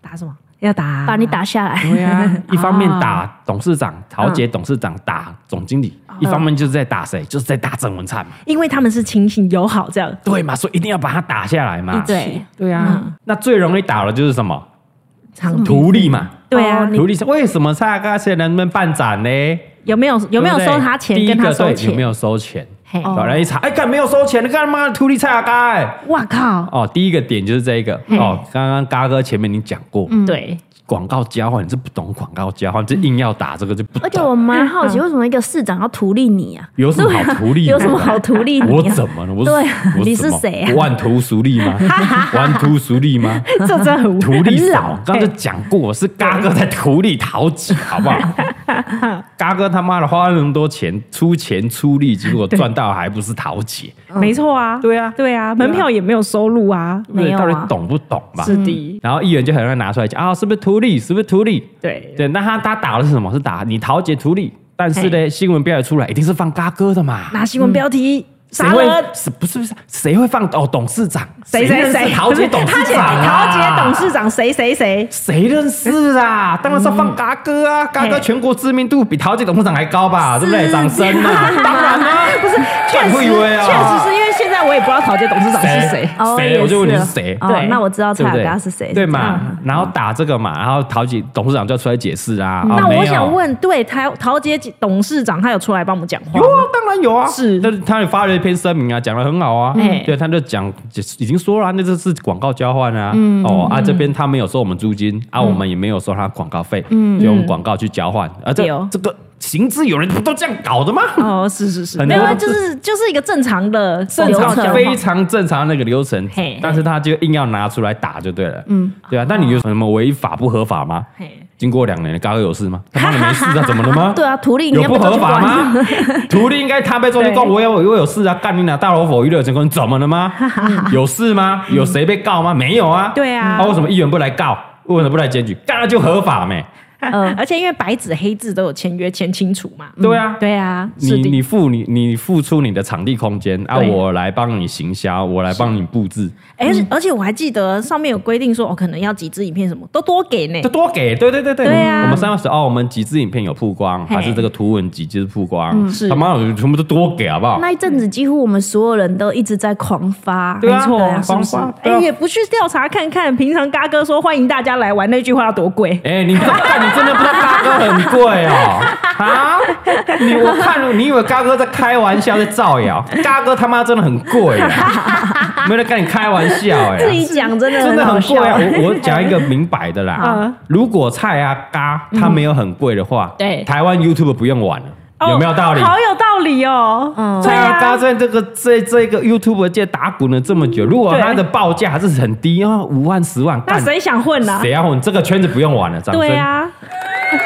打什么？要打
把你打下来。
对呀、 (laughs) 一方
啊
面打董事长桃姐，
嗯
董事长打总经理，
啊
一方面就是在打谁？就是在打郑文灿嘛，
因为他们是清醒友好这样，
对嘛，所以一定要把他打下来
嗯
嘛。
对，
对啊，那最容易打的就是什么？
长
图利嘛，
对啊
哦，
图利是为什么蔡阿现在能不能办展呢？
有没有有没有
对不对
收他钱？
第一
跟他
个
收
对，有没
钱？
有收钱？
嘿，
哦
老人一查，哎，干没有收钱，干妈的图利蔡阿嘎哎。
哇靠！
哦，第一个点就是这一个哦，刚刚嘎哥前面你讲过，
嗯
对，
广告交换你是不懂广告交换，这硬要打这个就不懂。
而且我蛮好奇，为什么一个市长要图利你啊？
有什么好图利你的
有什么好图利你？啊
我怎？么了？我
对啊
我
你
怎么
是谁啊
万图熟利
(laughs)
吗？万图熟利吗？
这真的很无
图利什么
很？
刚才讲过，是嘎哥在图利桃姐，好不好？嘎哥他妈的花那么多钱，出钱出力，结果赚到还不是桃姐？
没错啊，
对啊
对啊，门票也没有收入啊，
对不对
没有啊
到底懂不懂吧？
是的，
然后议员就很容易拿出来讲啊，是不是图利？是不是图利？
对，
对，那他他打的是什么？是打你桃姐图利，但是呢，新闻标题出来一定是放嘎哥的嘛？
拿新闻标题
谁
杀
会
人，
是不是不是谁会放哦？董事长
谁谁
认识
谁，
桃姐董
他
事
写
长、啊
桃姐董事。长谁谁谁，
谁认识啊？
嗯
当然是要放嘎哥啊！嘎哥全国知名度比桃姐董事长还高吧？对不对？掌声啊！ (laughs) 当然啦、不是，
确
会
实
以为啊，
确实是因为现在我也不知道桃姐董事长是谁，
哦，
谁
也
我就问你
啊
是谁
哦
对
那我知道蔡
对不
雅
对？
嘎是谁。
对
这样？
嘛？然后打这个嘛，然后桃姐董事长就出来解释啊。哦
嗯那
没有
我想问，对桃桃姐董事长他有出来帮我们讲话
有
吗？
啊，当然有啊，
是
但是他也发了一篇声明啊，讲的很好啊，
哎
对，他就讲已经说了啊，那这是广告交换啊，
嗯
哦啊，这边他没有收我们租金啊，我们也没有收他广告费，就用广告去交换啊，这
嗯对哦
这个行之有人不都这样搞的吗？
哦，是是是，
很
没
多
有啊，
都
就是就是一个正常的
正
广告交
常
换
非 (laughs) 常正常那个流程
嘿嘿，
但是他就硬要拿出来打就对了，嗯，对啊，那你有什么违法不合法吗？
嘿
经过两年，高哥有事吗？他妈的没事啊，怎么了
(laughs)
吗？
(laughs) 对啊，图利你
有
要
不
抓
合
去
法
关？
吗？ (laughs) 图利应该摊被中间告，
对
我有我有事啊！干你俩大老虎娱乐成功，你怎么了
(laughs)
吗？有事吗？有谁被告吗？没有啊。
对啊
那为什么议员不来告？为什么不来检举？干了就合法没？
嗯，
而且因为白纸黑字都有签约签清楚嘛，
对啊。
对啊，
你
是的
你付你你付出你的场地空间啊，
对
我来帮你行销，我来帮你布置，
哎而且而且我还记得上面有规定说，哦，可能要几支影片什么都多给呢
就。多给，对对对对，
对啊
我们三月十二，我们几支影片有曝光，
嘿
还是这个图文几支曝光，
是
他妈的全部都多给好不好？
那一阵子几乎我们所有人都一直在狂发，
对啊
没错
对啊
是不是？
狂发
哎、也不去调查看看，平常嘎哥说欢迎大家来玩那句话要多贵？
哎、你不知道，干你真的不知道嘎哥很贵哦啊！你我看了，你以为嘎哥在开玩笑，在造谣？嘎哥他妈真的很贵、啊，没有在跟你开玩笑哎、
自己讲真的
真的
好
很
笑
贵啊！我我讲一个明白的啦
好，
如果菜啊嘎它没有很贵的话，
对
台湾 YouTube 不用玩了，有没有道理？
哦好有道理哦。
嗯
对
蔡阿嘎
啊，
在这个这这个 YouTube 界打滚了这么久，如果它的报价还是很低啊，五万十万，
嗯那
干
谁想混呢、啊？
谁要混？这个圈子不用玩了，掌声，
对啊，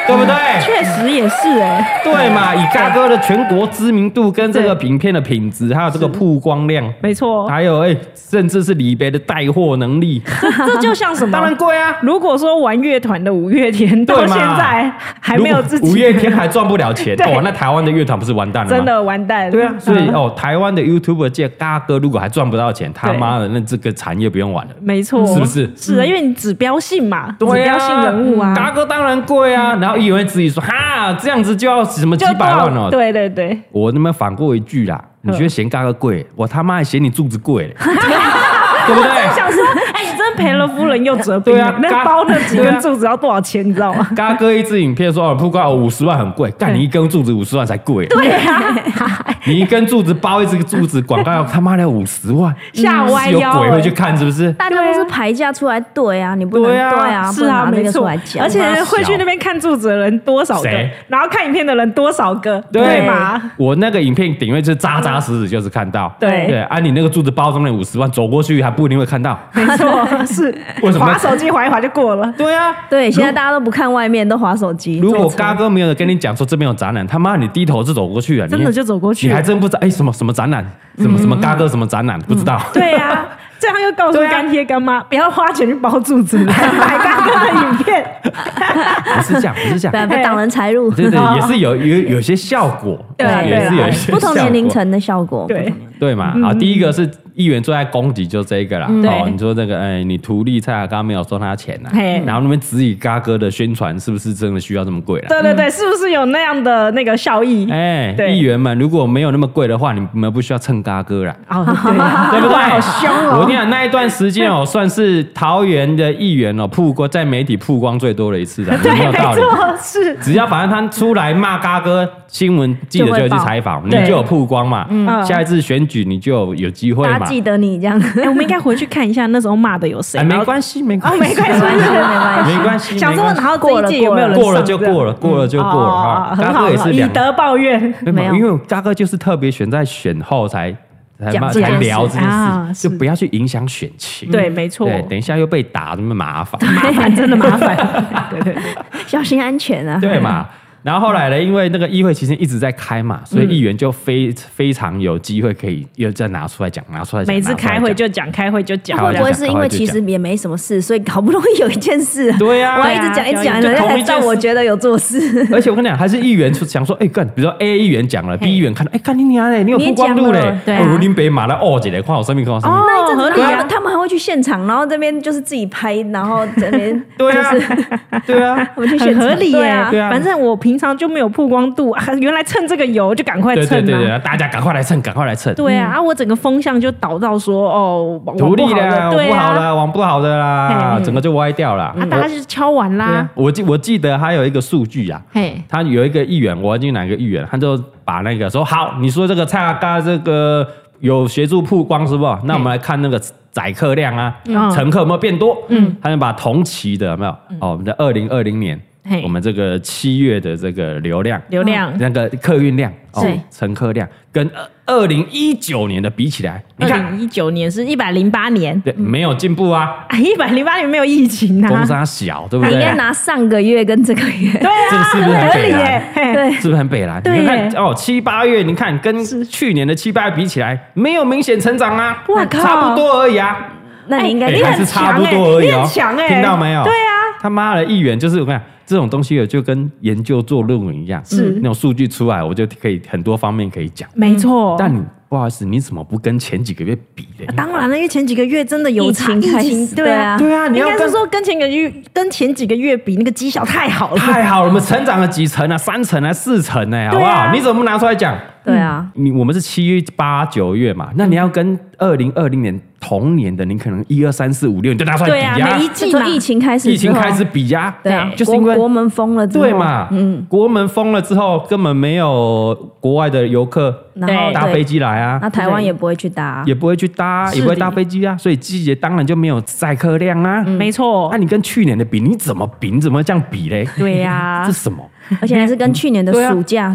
对不对？
确实也
欸
是哎、
对啊嘛，以嘎哥的全国知名度跟这个影片的品质，还有这个曝光量，
没错，
还有哎、甚至是李白的带货能
(laughs)
力，
这就像什么？
(laughs) 当然贵啊。
如果说玩乐团的五月天到
对嘛
现在还没有自己，
如果五月天还赚不了钱，
对
哇，那台湾的乐团不是完蛋了吗？
(laughs) 真的完蛋。
对啊，所以
嗯
哦，台湾的 YouTube 界嘎哥如果还赚不到钱，他妈的，那这个产业不用玩了。
没错，
是不是
是啊的，因为你指标性嘛，指
对啊
标性人物啊，嗯
嘎哥当然贵啊。然后以为自己说哈，这样子就要什么几
就
百万
多少
哦，
对嗯对对，
我那边反过一句啦，你觉得嫌嘎哥贵，我他妈还嫌你柱子贵
(laughs)
嘞，对不对？
想说，哎、你真赔了夫人又折兵，欸
对啊
那
嘎
包那几
对
根
啊
柱子要多少钱，你知道吗？
嘎哥一支影片说哦，曝光五十万很贵，干你一根柱子五十万才贵，对啊， (laughs) 你一根柱子包一支柱子广告，他妈的五十万，
吓歪
是有
腰、
鬼会去
欸。
看是不是？
大家都是排价出来对啊，你不能
对啊
啊，不
是
能
啊，
拿这
没
个出
错
来，讲。
而且会去那边看柱子的人多少个
谁，
然后看影片的人多少个，
(laughs)
吗？？
我那个影片顶位就是扎扎实实就是看到，
对
对，啊，你那个柱子包中那五十万走过去还不一定会看到，
没错，是
为什么
划手机划一划就过
(laughs)
了？
对啊，
对，现在大家都不看外面，都划手机。
如果
坐车
嘎哥没有跟你讲说这边有展览，他妈你低头就走过去啊了，你
真的就走过去嗯
你还真不知道哎、什么什么展览，什么什么嘎哥什么展览，不知道。
对啊，这样又告诉
对啊
干爹干妈、不要花钱去包住子来
(laughs)
买干哥的影片，
(laughs) 不是这样，不是这
不然
(laughs)
样，
啊被挡人财路。
哎对对，也是有有有些效果，
对啊
哦也是
对啊
有一些
不同
效
年龄
果
层的效果，
对
不同年龄
对嘛？好，第一个是议员最爱攻击就这个啦。
嗯
哦，
嗯对
你说那个，哎，你图利蔡雅刚没有收他钱呐啊
嘿，
然后那边质疑嘎哥的宣传是不是真的需要这么贵啦？
对对对，是不是有那样的那个效益？
嗯哎，
对
议员们如果没有那么贵的话，你们不需要蹭嘎哥啦。
哦，对
(laughs)
(laughs)
啊，
对不对？
好凶
我
哦
跟你！讲，那一段时间哦，算是桃园的议员
(laughs)
哦曝光在媒体曝光最多的一次的，有没
对，
有
没
道理？
错，是
只要反正他出来骂嘎哥，新闻记者就会去采访，你
对
就有曝光嘛。
嗯
下一次选举你就有有机会
大
嘛
家。记得你这样，
哎、我们应该回去看一下那时候骂的有谁。
哎，
然
没
后
关系，没关
哦，
系，
没关系，
没关系
没关系，
想说，
没关系
然后这一届有没有人
过了
上
就
这样
过了，过了就过了
哦
哈。
很
嘎
好，
哥也
很好
是
以
两，
德报怨。
对嘛
没有
因为嘎哥就是特别选在选后才才
讲
骂
这件
才
事
聊这件
啊
事，
是
就不要去影响选情。
对，没错，
嗯对，等一下又被打，那么麻烦，
麻烦真的
(laughs)
麻烦。对对对，
小心安全啊！
对嘛？然后后来呢，因为那个议会其实一直在开嘛，
嗯
所以议员就非非常有机会可以又再拿出来讲，拿出来讲。
每次
拿出来
开
讲
会就讲，开会就讲，
开
会
会
不
就
会
讲
是因为其实也没什么事，所以好不容易有一件事，
(laughs) 对啊
我要一直讲一直讲，
对
啊
才
同一件
让
事
我觉得有做事。
而且我跟你讲，还是议员就想说，哎、干，比如说
(laughs)
A 议员讲了，B 议员看到，哎、干你娘嘞，你有
你也
曝光度
讲了
嘞，
对啊
哦林北马来哦姐嘞，看我生命，看我生命。
那一阵
合
子
理
他
啊
们，他们还会去现场，然后这边就是自己拍，然后这边
对啊，对
(laughs)
啊，
(laughs) 我们去现
很
场，
合理耶
对啊。
对啊
反正我平常就没有曝光度，啊原来蹭这个油就赶快
对对
蹭
对对
啊。
对，大家赶快来蹭，赶快来蹭，
对
嗯
啊，啊，我整个风向就导到说，哦，往
图利
往不好
啦，
的
往
对
不好
啊，
的，往不好的啦，
嘿
整个就歪掉了。
啊，大家就是敲完
对
啦
啊，，我记我记得还有一个数据啊，
嘿，
他有一个议员，我忘记哪个议员，他就把那个说好，你说这个蔡阿嘎这个有协助曝光是不是？那我们来看那个载客量啊，
嗯
乘客有没有变多？嗯，他就把同期的有没有？哦，我们在二零二零年
嘿，
我们这个七月的这个流量。
流量
那个客运量哦
对，
乘客量跟二零一九年的比起来，你
二
看，
零一九年是一百零八年，哎
对，没有进步啊，
一百零八年没有疫情啊，
风沙小，对不
你应
对？
该拿上个月跟这个月，
(laughs)
对啊，
这个是不是很啊
合理
北
耶
蓝？(laughs)
嘿
对
是不是很北蓝？
对
你
耶
看哦，七八月你看跟去年的七八月比起来，没有明显成长啊，
哇靠
差不多而已啊，
那你应该
哎
哎
你很
还是差不多而已
强哎你
哦
很强，哎
听到没有？
对啊，
他妈的，议员就是我跟你讲，这种东西就跟研究做论文一样，
是
那种数据出来，我就可以很多方面可以讲。
没错。
但你不好意思，你怎么不跟前几个月比嘞？
啊当然了，因为前几个月真的有差
疫情开始
疫情对啊，
对啊你
应
要
该是
跟
说跟前个月跟前几个月比，那个绩效太好了。
太好了，我们成长了几层啊？三层啊，四层呢、好不
对啊
好？你怎么不拿出来讲？
对啊，
你我们是七月八九月嘛，那你要跟二零二零年同年的，你可能一二三四五六，你就拿出来
对啊
比呀、
每一
自从疫情开始，
嗯
啊
疫情开始，比呀、
对啊，
就是
国
因为
国门封了之后，
对嘛，嗯，国门封了之后，根本没有国外的游客
然后
搭
嗯对
飞机来啊
那，台湾也不会去搭啊，
也不会去搭，
是的
也不会搭飞机啊，所以季节当然就没有载客量啊。
没错
那、，你跟去年的比，你怎么比？你怎么这样比嘞？
对呀
啊
(laughs) 这是什么？
而且还是跟去年的
对啊
暑
(laughs)
假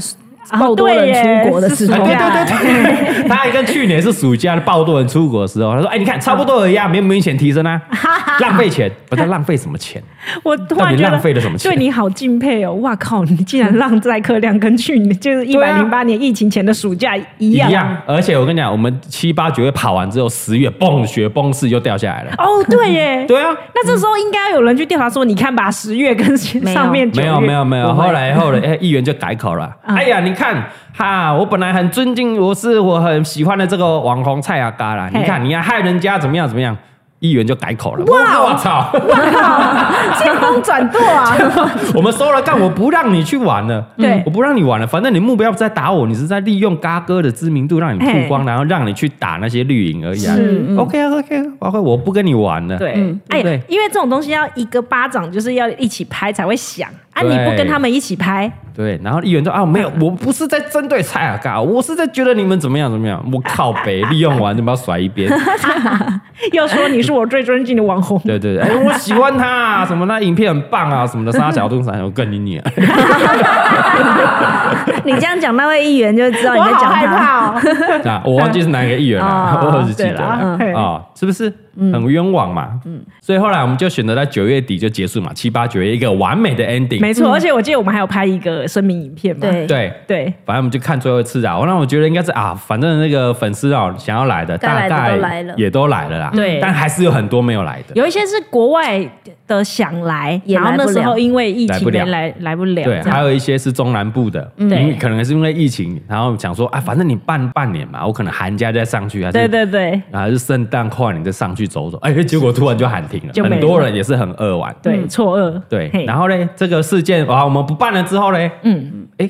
啊
爆多
对耶
人出国的
是
时
哎，
候
暑
对
假，
对对 (laughs) 对，他还跟去年是暑假的爆多人出国的时候，他说：“哎，你看差不多而已啊，没有明显提升
(laughs)
啊，浪费钱，不是浪费什么钱？
我突然
到底
觉得
浪费了什么钱
对你好敬佩哦！哇靠，你竟然让载客量跟去年就是一
对
百
啊
零八年疫情前的暑假一
一
样。
样。而且我跟你讲，我们七八九月跑完之后，十月蹦雪蹦四又掉下来了。
哦，对耶，
(laughs) 对啊，
那这时候应该有人去调查说，你看吧，十月跟
没有
上面九
没
月哦嗯
有没有没有，
不会
后
(laughs)
来后来，哎，议员就改口了。哎呀，你看哈，我本来很尊敬，我是我很喜欢的这个网红蔡雅嘎啦，
嘿
你看你要害人家怎么样怎么样，议员就改口了。
哦
哇，我操！
见风转舵啊！
(laughs) 我们收了干，我不让你去玩了，
对
我不让你玩了，反正你目标不在打我，你是在利用嘎哥的知名度让你曝光，然后让你去打那些绿营而已啊。
是嗯
OK 啊 OK，啊 OK，我不跟你玩 (laughs) 了。
对，
嗯
哎
对不对，
因为这种东西要一个巴掌，就是要一起拍才会响啊！
对
你不跟他们一起拍， (laughs)
对，然后议员说啊，没有，我不是在针对蔡雅嘎，我是在觉得你们怎么样怎么样，我靠北，利用完就把他甩一
(laughs)
边。
又说你是我最尊敬的网红，
(laughs) 对对对，哎，我喜欢他啊，什么那影片很棒啊，什么的，沙小东啥，我跟你你。
你这样讲，那位议员就知道
我
你在
好
讲
害 (laughs)
他。
怕哦！
(laughs) 啊，我忘记是哪个议员了、
哦
我只记
对
得
啦
啊、
嘿
哦是不是？很冤枉嘛。嗯，所以后来我们就选择在九月底就结束嘛，七八九月一个完美的 ending。
没错，而且我记得我们还有拍一个声明影片嘛，
对
对，
对，
反正我们就看最后一次啊。那我觉得应该是啊，反正那个粉丝啊想要来的，
该
大
来的
概
都来了
也都来了啦。
对
但还是有很多没有来的。
有一些是国外的想来，
也
然后
来不
那时候
了
因为疫
来
情
不了
没来来不了，
对，
这样
还有一些是中南部的，
嗯
因为可能是因为疫情，然后想说啊，反正你办半年嘛，我可能寒假再上去，还是
对对对
啊，还是圣诞跨年再上去走走，哎，结果突然就喊停
就
了，
没了
很多人也是很扼腕。
对，错愕，
对，
嘿
然后嘞，这个事件啊，我们不办了之后嘞，
嗯，
哎，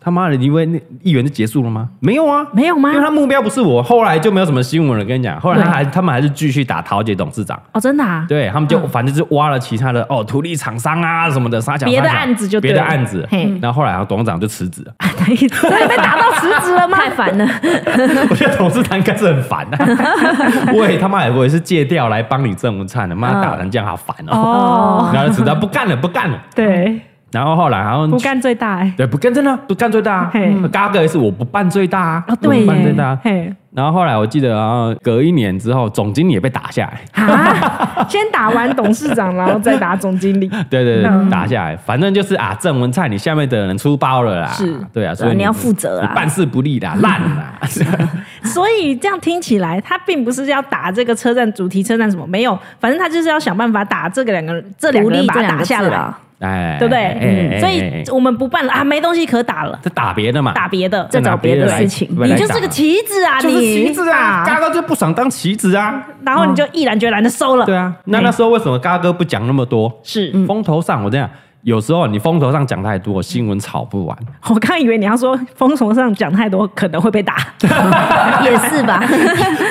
他妈的，因为那议员就结束了吗？没有啊，
没有吗
因为他目标不是我，后来就没有什么新闻了。跟你讲，后来他
对
还他们还是继续打桃姐董事长。
哦，真的啊，
对他们就反正就挖了其他的哦，土地厂商啊什么的，啥小
别的
啥小
案子就对
别的
了
案子
嘿。
然后后来啊，董事长就辞职了。 (laughs)
对，被打到辞职了吗？太烦了，
我觉得董事长应该是很烦的、 (laughs) 我也他妈我也是借调来帮你郑文灿的，
嗯
妈打成这样好烦哦。
(laughs) 哦，
然后辞掉不干了，不干了。
对，
然后后来好像
不干最大哎，
对不干真的不干最大、啊
嘿，
嘎哥也是我不办最大啊，
哦对
我不办最
耶
大啊，。
嘿， (laughs)
然后后来我记得，然后隔一年之后，总经理也被打下来。 (laughs)
啊，先打完董事长，然后再打总经理，
对对对，
嗯
打下来，反正就是啊，郑文灿你下面的人出包了啦，
是
对啊，所以
你要负责
你
啦
办事不力
(laughs)
啦，烂啦，
所以这样听起来，他并不是要打这个车站主题车站什么，没有，反正他就是要想办法打这个两个这两
独
个人
立
把
这
它
两
打
个字
下来，
啦，
哎，
对不嗯
哎哎哎
对？所
哎
以我们不办了啊，没东西可打了，
这打别的嘛，
打别的，
再找别的事情
来
你
来
就是个
打
棋子啊，
就是
你
棋子
(laughs)
啊，嘎，哥就不想当棋子啊。
然后你就毅然决然的收了，
对啊，嗯那那时候为什么嘎哥不讲那么多？
是
风头上我这样，有时候你风头上讲太多，新闻炒不完。
我刚以为你要说风头上讲太多可能会被打，
也是吧？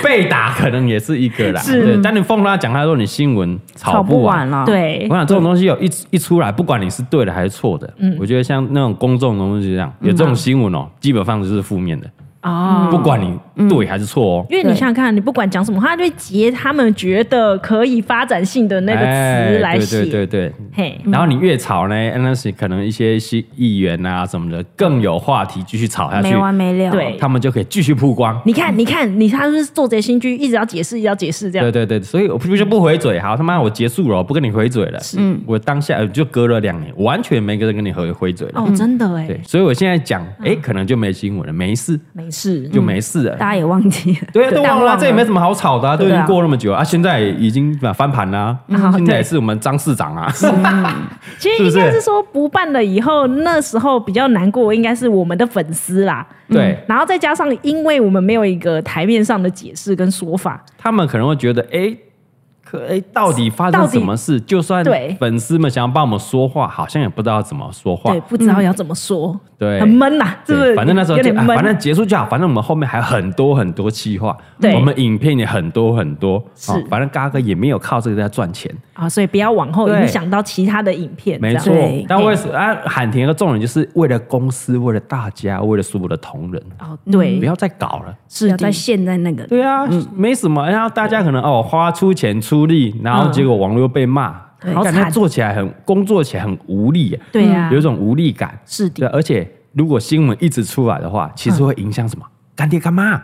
被打可能也是一个啦，
是
对。但你风头上讲太多，你新闻炒
不
不
完
完。
了，，
对
啊我，想这种东西有一一出来，不管你是对的还是错的，我觉得像那种公众的东西这样，有这种新闻哦，基本上就是负面的，
哦
不管你对还是错哦。
因为你想想看，你不管讲什么，他就会截他们觉得可以发展性的那个词来
哎
写，
对对对对，
嘿，
然后你越吵呢，那是可能一些些议员啊什么的更有话题继续吵下去
没，完没了，
对
他们就可以继续曝光。
你看，你看，你他是做贼心虚，一直要解释，一直要解释，这样
对对对，所以我不就不回嘴，好他妈我结束了，我不跟你回嘴了。嗯，我当下呃就隔了两年，我完全没跟跟你回回嘴了。
哦，嗯真的哎，
嗯对，所以我现在讲，哎，可能就没新闻了，没事
没事，
就没事了
大。家也忘记了，
对啊，都
淡
忘了啊，
忘
这也
了
没什么好吵的啊，都已
对
经
啊
过那么久啊，现在已经翻盘啦
嗯。
现在也
对
是我们张市长啊，
其实应该是说不办了以后，那时候比较难过，应该是我们的粉丝啦。
对。
然后再加上，因为我们没有一个台面上的解释跟说法，
他们可能会觉得，哎、可哎、到底发生
到底
什么事？就算
对
粉丝们想要帮我们说话，好像也不知道怎么说话嗯
对，。不知道要怎么说，
对
很闷呐，是不
对
是？
反正那时候
有
就、
点
啊
闷，
反正结束就好。反正我们后面还有很多很多企划，
对
我们影片也很多很多。哦
是
反正嘎哥也没有靠这个在赚钱，
啊，所以不要往后
对
影响到其他的影片，
没
这样
错
对。
但为什啊喊停的重点就是为了公司，为了大家，为了所有的同仁，
哦，
不
对，
嗯要再搞了。
不
是嗯
要
的
再，陷在那个
对啊，没什么。然后大家可能哦花出钱出力，然后结果网络又被骂，
嗯对
好
好
感
惨
觉做起来很工作起来很无力耶，
对啊
有一种无力感。
是
嗯对，啊
的
而且如果新闻一直出来的话，其实会影响什么干爹干妈
啊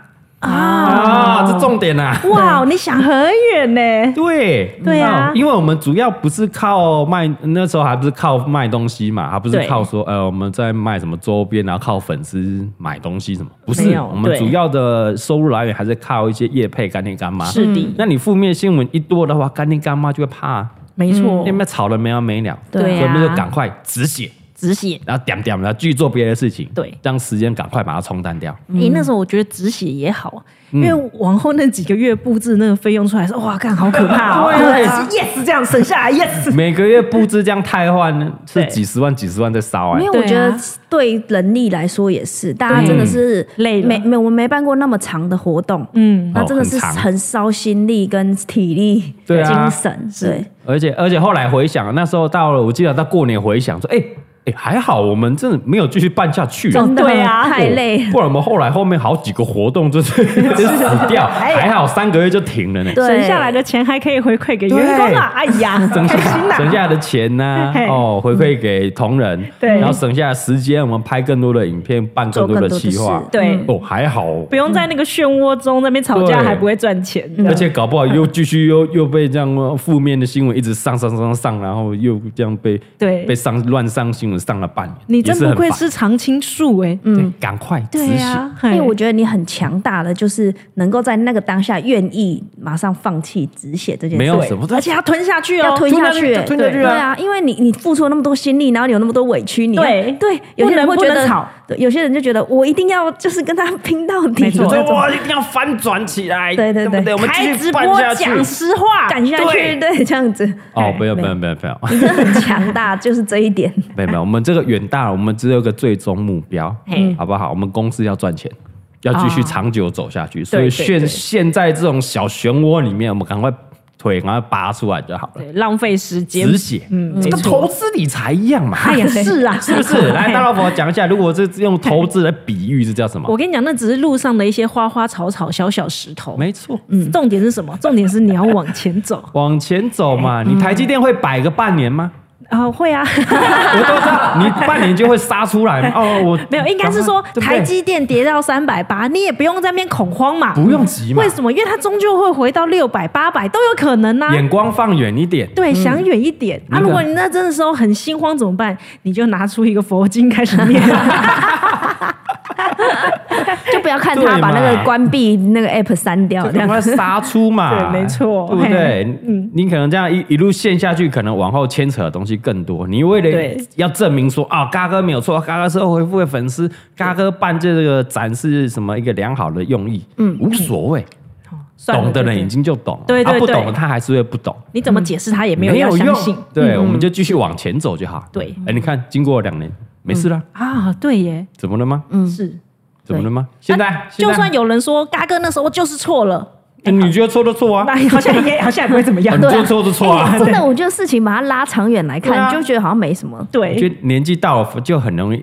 啊，这重点
(laughs)
啊。
哇，你想很远呢，
对
对啊
嗯因为我们主要不是靠卖，那时候还不是靠卖东西嘛，还不是
对
靠说呃我们在卖什么周边，然后靠粉丝买东西什么，不
没
是，
有
我们
对
主要的收入来源还是靠一些业配干爹干妈。
是的，
那你负面新闻一多的话，干爹干妈就会怕、啊，
没错
那，边吵得没完没了，
对啊
所以我们就赶快止血，
止血。
然后点点，然后继续做别的事情，
对
让时间赶快把它冲淡掉。
诶、那时候我觉得止血也好啊，因为
嗯
往后那几个月布置那个费用出来说，哇，干好可怕哦！
对啊
(laughs) 就是 yes 这样省下来 yes，
每个月布置这样太换是
对
几十万、几十万在烧哎、
因为
对
我觉得
啊
对人力来说也是，大家
嗯
对
真的是
累了
没没我们没办过那么长的活动，
嗯，
那真的是
哦很长
很烧心力跟体力、
对啊
精神，对
而且而且后来回想，那时候到了，我记得到过年回想说，哎、哎、哎，还好我们真的没有继续办下去，哦
真的
对啊
太累了。
不然我们后来后面好几个活动就是就死掉，还好三个月就停了呢。
(laughs)
对
省下来的钱还可以回馈给员工啊！哎呀，
(laughs) 省
开心
下省
呐！
下的钱呐、
嘿
哦，回馈给同仁，
对
然后省下的时间，我们拍更多的影片，办更
做
多
更
的
多的
企
事嗯
划，，
对，
哦，还好哦，
不用在那个漩涡中那边吵架，
对
还不会赚钱。
而且搞不好又继续又又被这样负面的新闻一直上上上上，然后又这样被
对
被上乱上新闻上了半年，
你真
也
不
很
愧
烦
是常青树哎，
对，赶快执行。
对啊呀，
因哎为我
嘿
觉得你很强大的，就是能够在那个当下愿意马上放弃止血这件事，
没有什么，
而且要吞下去哦，
要吞下去，
吞下去
对
啊！
啊，因为你你付出了那么多心力，然后你有那么多委屈，你
对
对，有些人
不
会
能
觉
不能
得
吵，
对，有些人就觉得我一定要就是跟他拼到底，
没错
所以
这种
我一定要翻转起来，
对对
对不
对
我们继
开直
续
播
办下去。
讲实话，
赶下去，对，这样子，
哎
哦，不要不
没
要
有
不要不要，
你真的很强大，就是这一点，
没有没有，我们这个远大，我们只有个最终目标
嘿，
好不好？我们公司要赚钱，要继续长久走下去。所
对
以
哦对
现
对
现在这种小漩涡里面，我们赶快腿赶快拔出来就好了。
对，浪费时间
止，血，嗯，跟投资理财一样嘛，
哎呀，是啊，
(laughs) 是不是？来，大老婆讲一下，如果是用投资来比喻，是叫什么
我？跟你讲，那只是路上的一些花花草草、小小石头。
没错，
嗯，重点是什么？重点是你要往
(laughs)
前走
往前走嘛。你台积电会摆个半年 (laughs) 吗？
啊！会啊，
我都知道，你半年就会杀出来嘛。哦， (laughs) 我
(laughs) 没有，应该是说
对不对
台积电跌到三百八，你也不用在那边恐慌嘛。
不用急嘛
为，什么？因为它终究会回到六百、八百都有可能呐、
眼嗯光放远一点。
对，想远一点、
那
啊！
个
如果你那真的时候很心慌怎么办？你就拿出一个佛经开始
(laughs)
念。
(laughs) 就不要看
对
他
嘛
把那个关闭那个 app 删掉，
就
这
赶
样
快杀出嘛，
对没错
哦 (laughs) 对不对
嘿？嗯
你可能这样一一路陷下去，可能往后牵扯的东西更多。你为了
对
要证明说啊，嘎哥没有错，嘎哥是回复的粉丝，嘎哥办这个展示什么一个良好的用意，嗯，无所谓，
算了
懂的人
对
已经就懂了，
对对
他不
对
懂的他还是会不懂，
你怎么解释他也没
嗯
有
没
要
有
相
用
信。，嗯
对，我们就继续往前走就好。
对
哎，你看，经过两年，没事了，
啊，对耶，
怎么了吗？
是。
怎么了吗？现在
嗯啊就算
有，
有人说嘎哥那时候就是错了，
你觉得错就错啊，
那好像也好像也不会怎么样
你。
对啊
觉得错就错啊
哎，真的，我觉得事情把它拉长远来
对
看，
啊
你就觉得好像没什么。
(laughs) 对，
我觉得年纪到了就很
(laughs)
容易，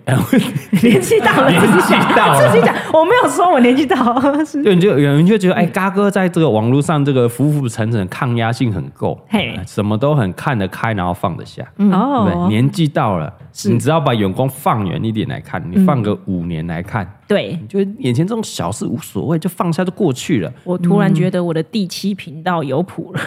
年纪大了，
年
自己
纪到
讲，
了
自己讲，我没有说我年纪大，是
对，你就有人就觉得，哎，嘎哥在这个网络上这个浮浮沉沉，抗压性很够，哎
嘿
什么都很看得开，然后放得下。对不对，
哦，
年纪到了，你只要把眼光放远一点来看，
嗯
你放个五年来看，
对
你觉得眼前这种小事无所谓，就放下就过去了。 (laughs)
我突然觉得我的第七频道有谱了，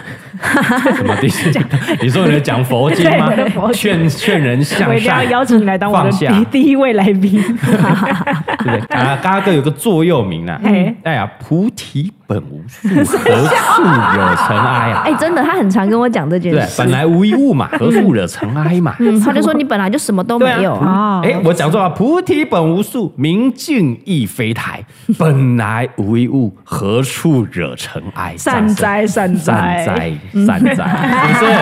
什么地方？ (laughs) 你说你在讲佛经吗
对我的佛？经
劝劝人向
我一定要
善，
邀请你来当我的
放下
第第一位来宾。
对不对？啊，嘎哥有个座右铭啊
嘿，
哎呀，菩提本无
(laughs)
树，何处惹尘埃啊？
哎，真的，他很常跟我讲这件
对，
事
本，来无一物嘛，何处惹尘埃嘛。
嗯，他就说你本来就什么都没有啊，
啊
哎、我讲错了，菩提本无树，明镜亦非台，本来无一物，何处惹尘埃？
善哉善
善
哉，
哉，善哉，是不是？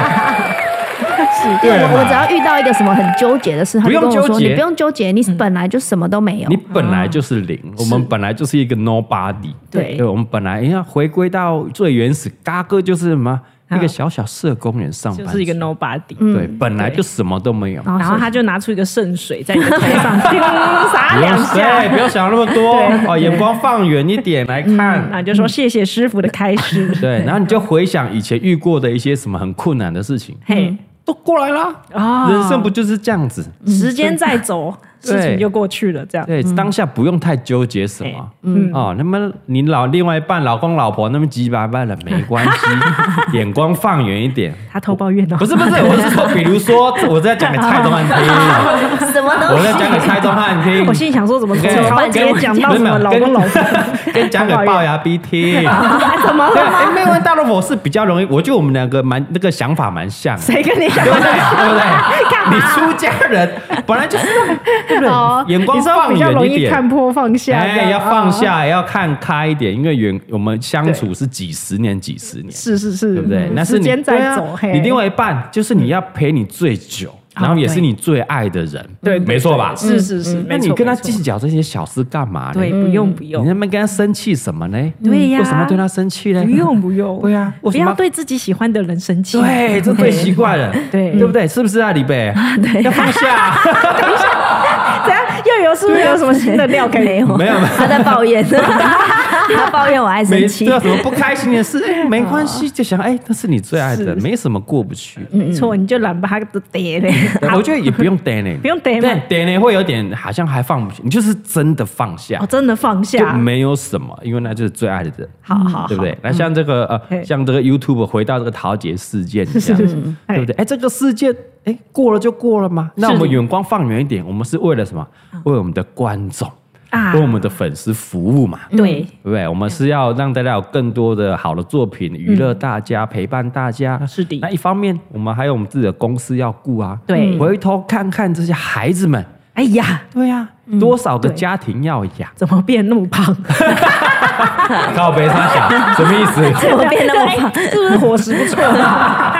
因为
对嘛啊
我我只要遇到一个什么很纠结的事，他
不
就
用
跟我
纠
说
结嗯
你不用纠结，你本来就什么都没有
你。本来就是零，我们本来就是一个 nobody。
对
我们本来要回归到最原始，嘎哥就是什么一个小小社工人上班
就
族，
是一个哦 nobody。
对，本来就什么都没有。
然
然后
后
他就拿出一个圣水在你的头上叮洒
不
两
用
下
对，，不要想那么多哦，眼光放远一点来看。
然后就说谢谢师傅的开示。
对，然后你就回想以前遇过的一些什么很困难的事情，
嘿，
都过来啦。
啊
人生不就是这样子？
时间再走，事情就过去了，这样。
对，当下不用太纠结什么。
嗯，
哦，那么你老另外一半、老公、老婆那么鸡巴巴了，没关系，眼光放远一点。
他偷抱怨哦，
不是不是，我是说，比如说，我在讲给蔡宗汉听，
什么
我在讲给蔡宗汉听，
我心里想说怎么从
跟
曹姐
跟
讲到什
没
么
有
老
跟
公老婆，
跟讲给龅牙 B 听。
(laughs) 怎么
对
了吗？
啊，因为大萝卜是比较容易，我觉得我们两个蛮那个想法蛮像的，
谁跟你讲
对不对？对不对？你出家人本来就是对不对？眼光
哦你说
放
比较
远
容
一
易看
点。
破放下，这
哎，
样
要
啊
放下，要看开一点，因为远我们相处是几十年、几十年，
是是是，
对不对？那是
嗯时
你
间
对
在
啊
走，嘿，啊
你另外一半就是你要陪你最久，然后也是
对
你最爱的人，
对对
没错吧？
是是是，
那
嗯没
你
错
跟他
没错
计较这些小事干嘛呢？嗯
对，不用不用嗯
你，那边跟他生气什么呢？
对呀
为什么对他生气呢？
不用不用，
对啊为
不
什么
要对自己喜欢的人生气，
对，这最奇怪了，
(laughs) 对
对不对？是不是啊，李贝？对，要放
(laughs)
下。啊
怎样？又有是不是
啊
有什么新的料可以？
没有？
没有没有
他在抱怨，他抱怨我爱
没
生气
对。啊，什么不开心的事，哎，没关
哦
系，就想哎，那是你最爱的，没什么过不去。
没错，你就懒吧，他的爹嘞，
啊 (laughs) 对啊我觉得也不
(laughs)
用 d a n
不用 damn
但 d a n 会有点好像还放不下，你就是真的放下
哦，，真的放
就
下，
没有什么，因为那就是最爱的人。
好好好，嗯
对不对？那像这个
嘿
呃，像这个 YouTube 回到这个桃姐事件一样，对不对？哎，这个事件哎过了就过了吗？那我们眼光放远一点，我们是为了什么？为我们的观众
啊
为我们的粉丝服务嘛，对
对，
不对？我们是要让大家有更多的好的作品娱
嗯
乐大家，陪伴大家。
是的
那一方面，我们还有我们自己的公司要顾啊。
对
回头看看这些孩子们，
哎呀，
对呀，多少个
对
家庭要养，
怎么变那么
(laughs)
胖？
靠北上想什么意思？
怎么变那么
(laughs) 对
胖？
是不是伙食不错啊？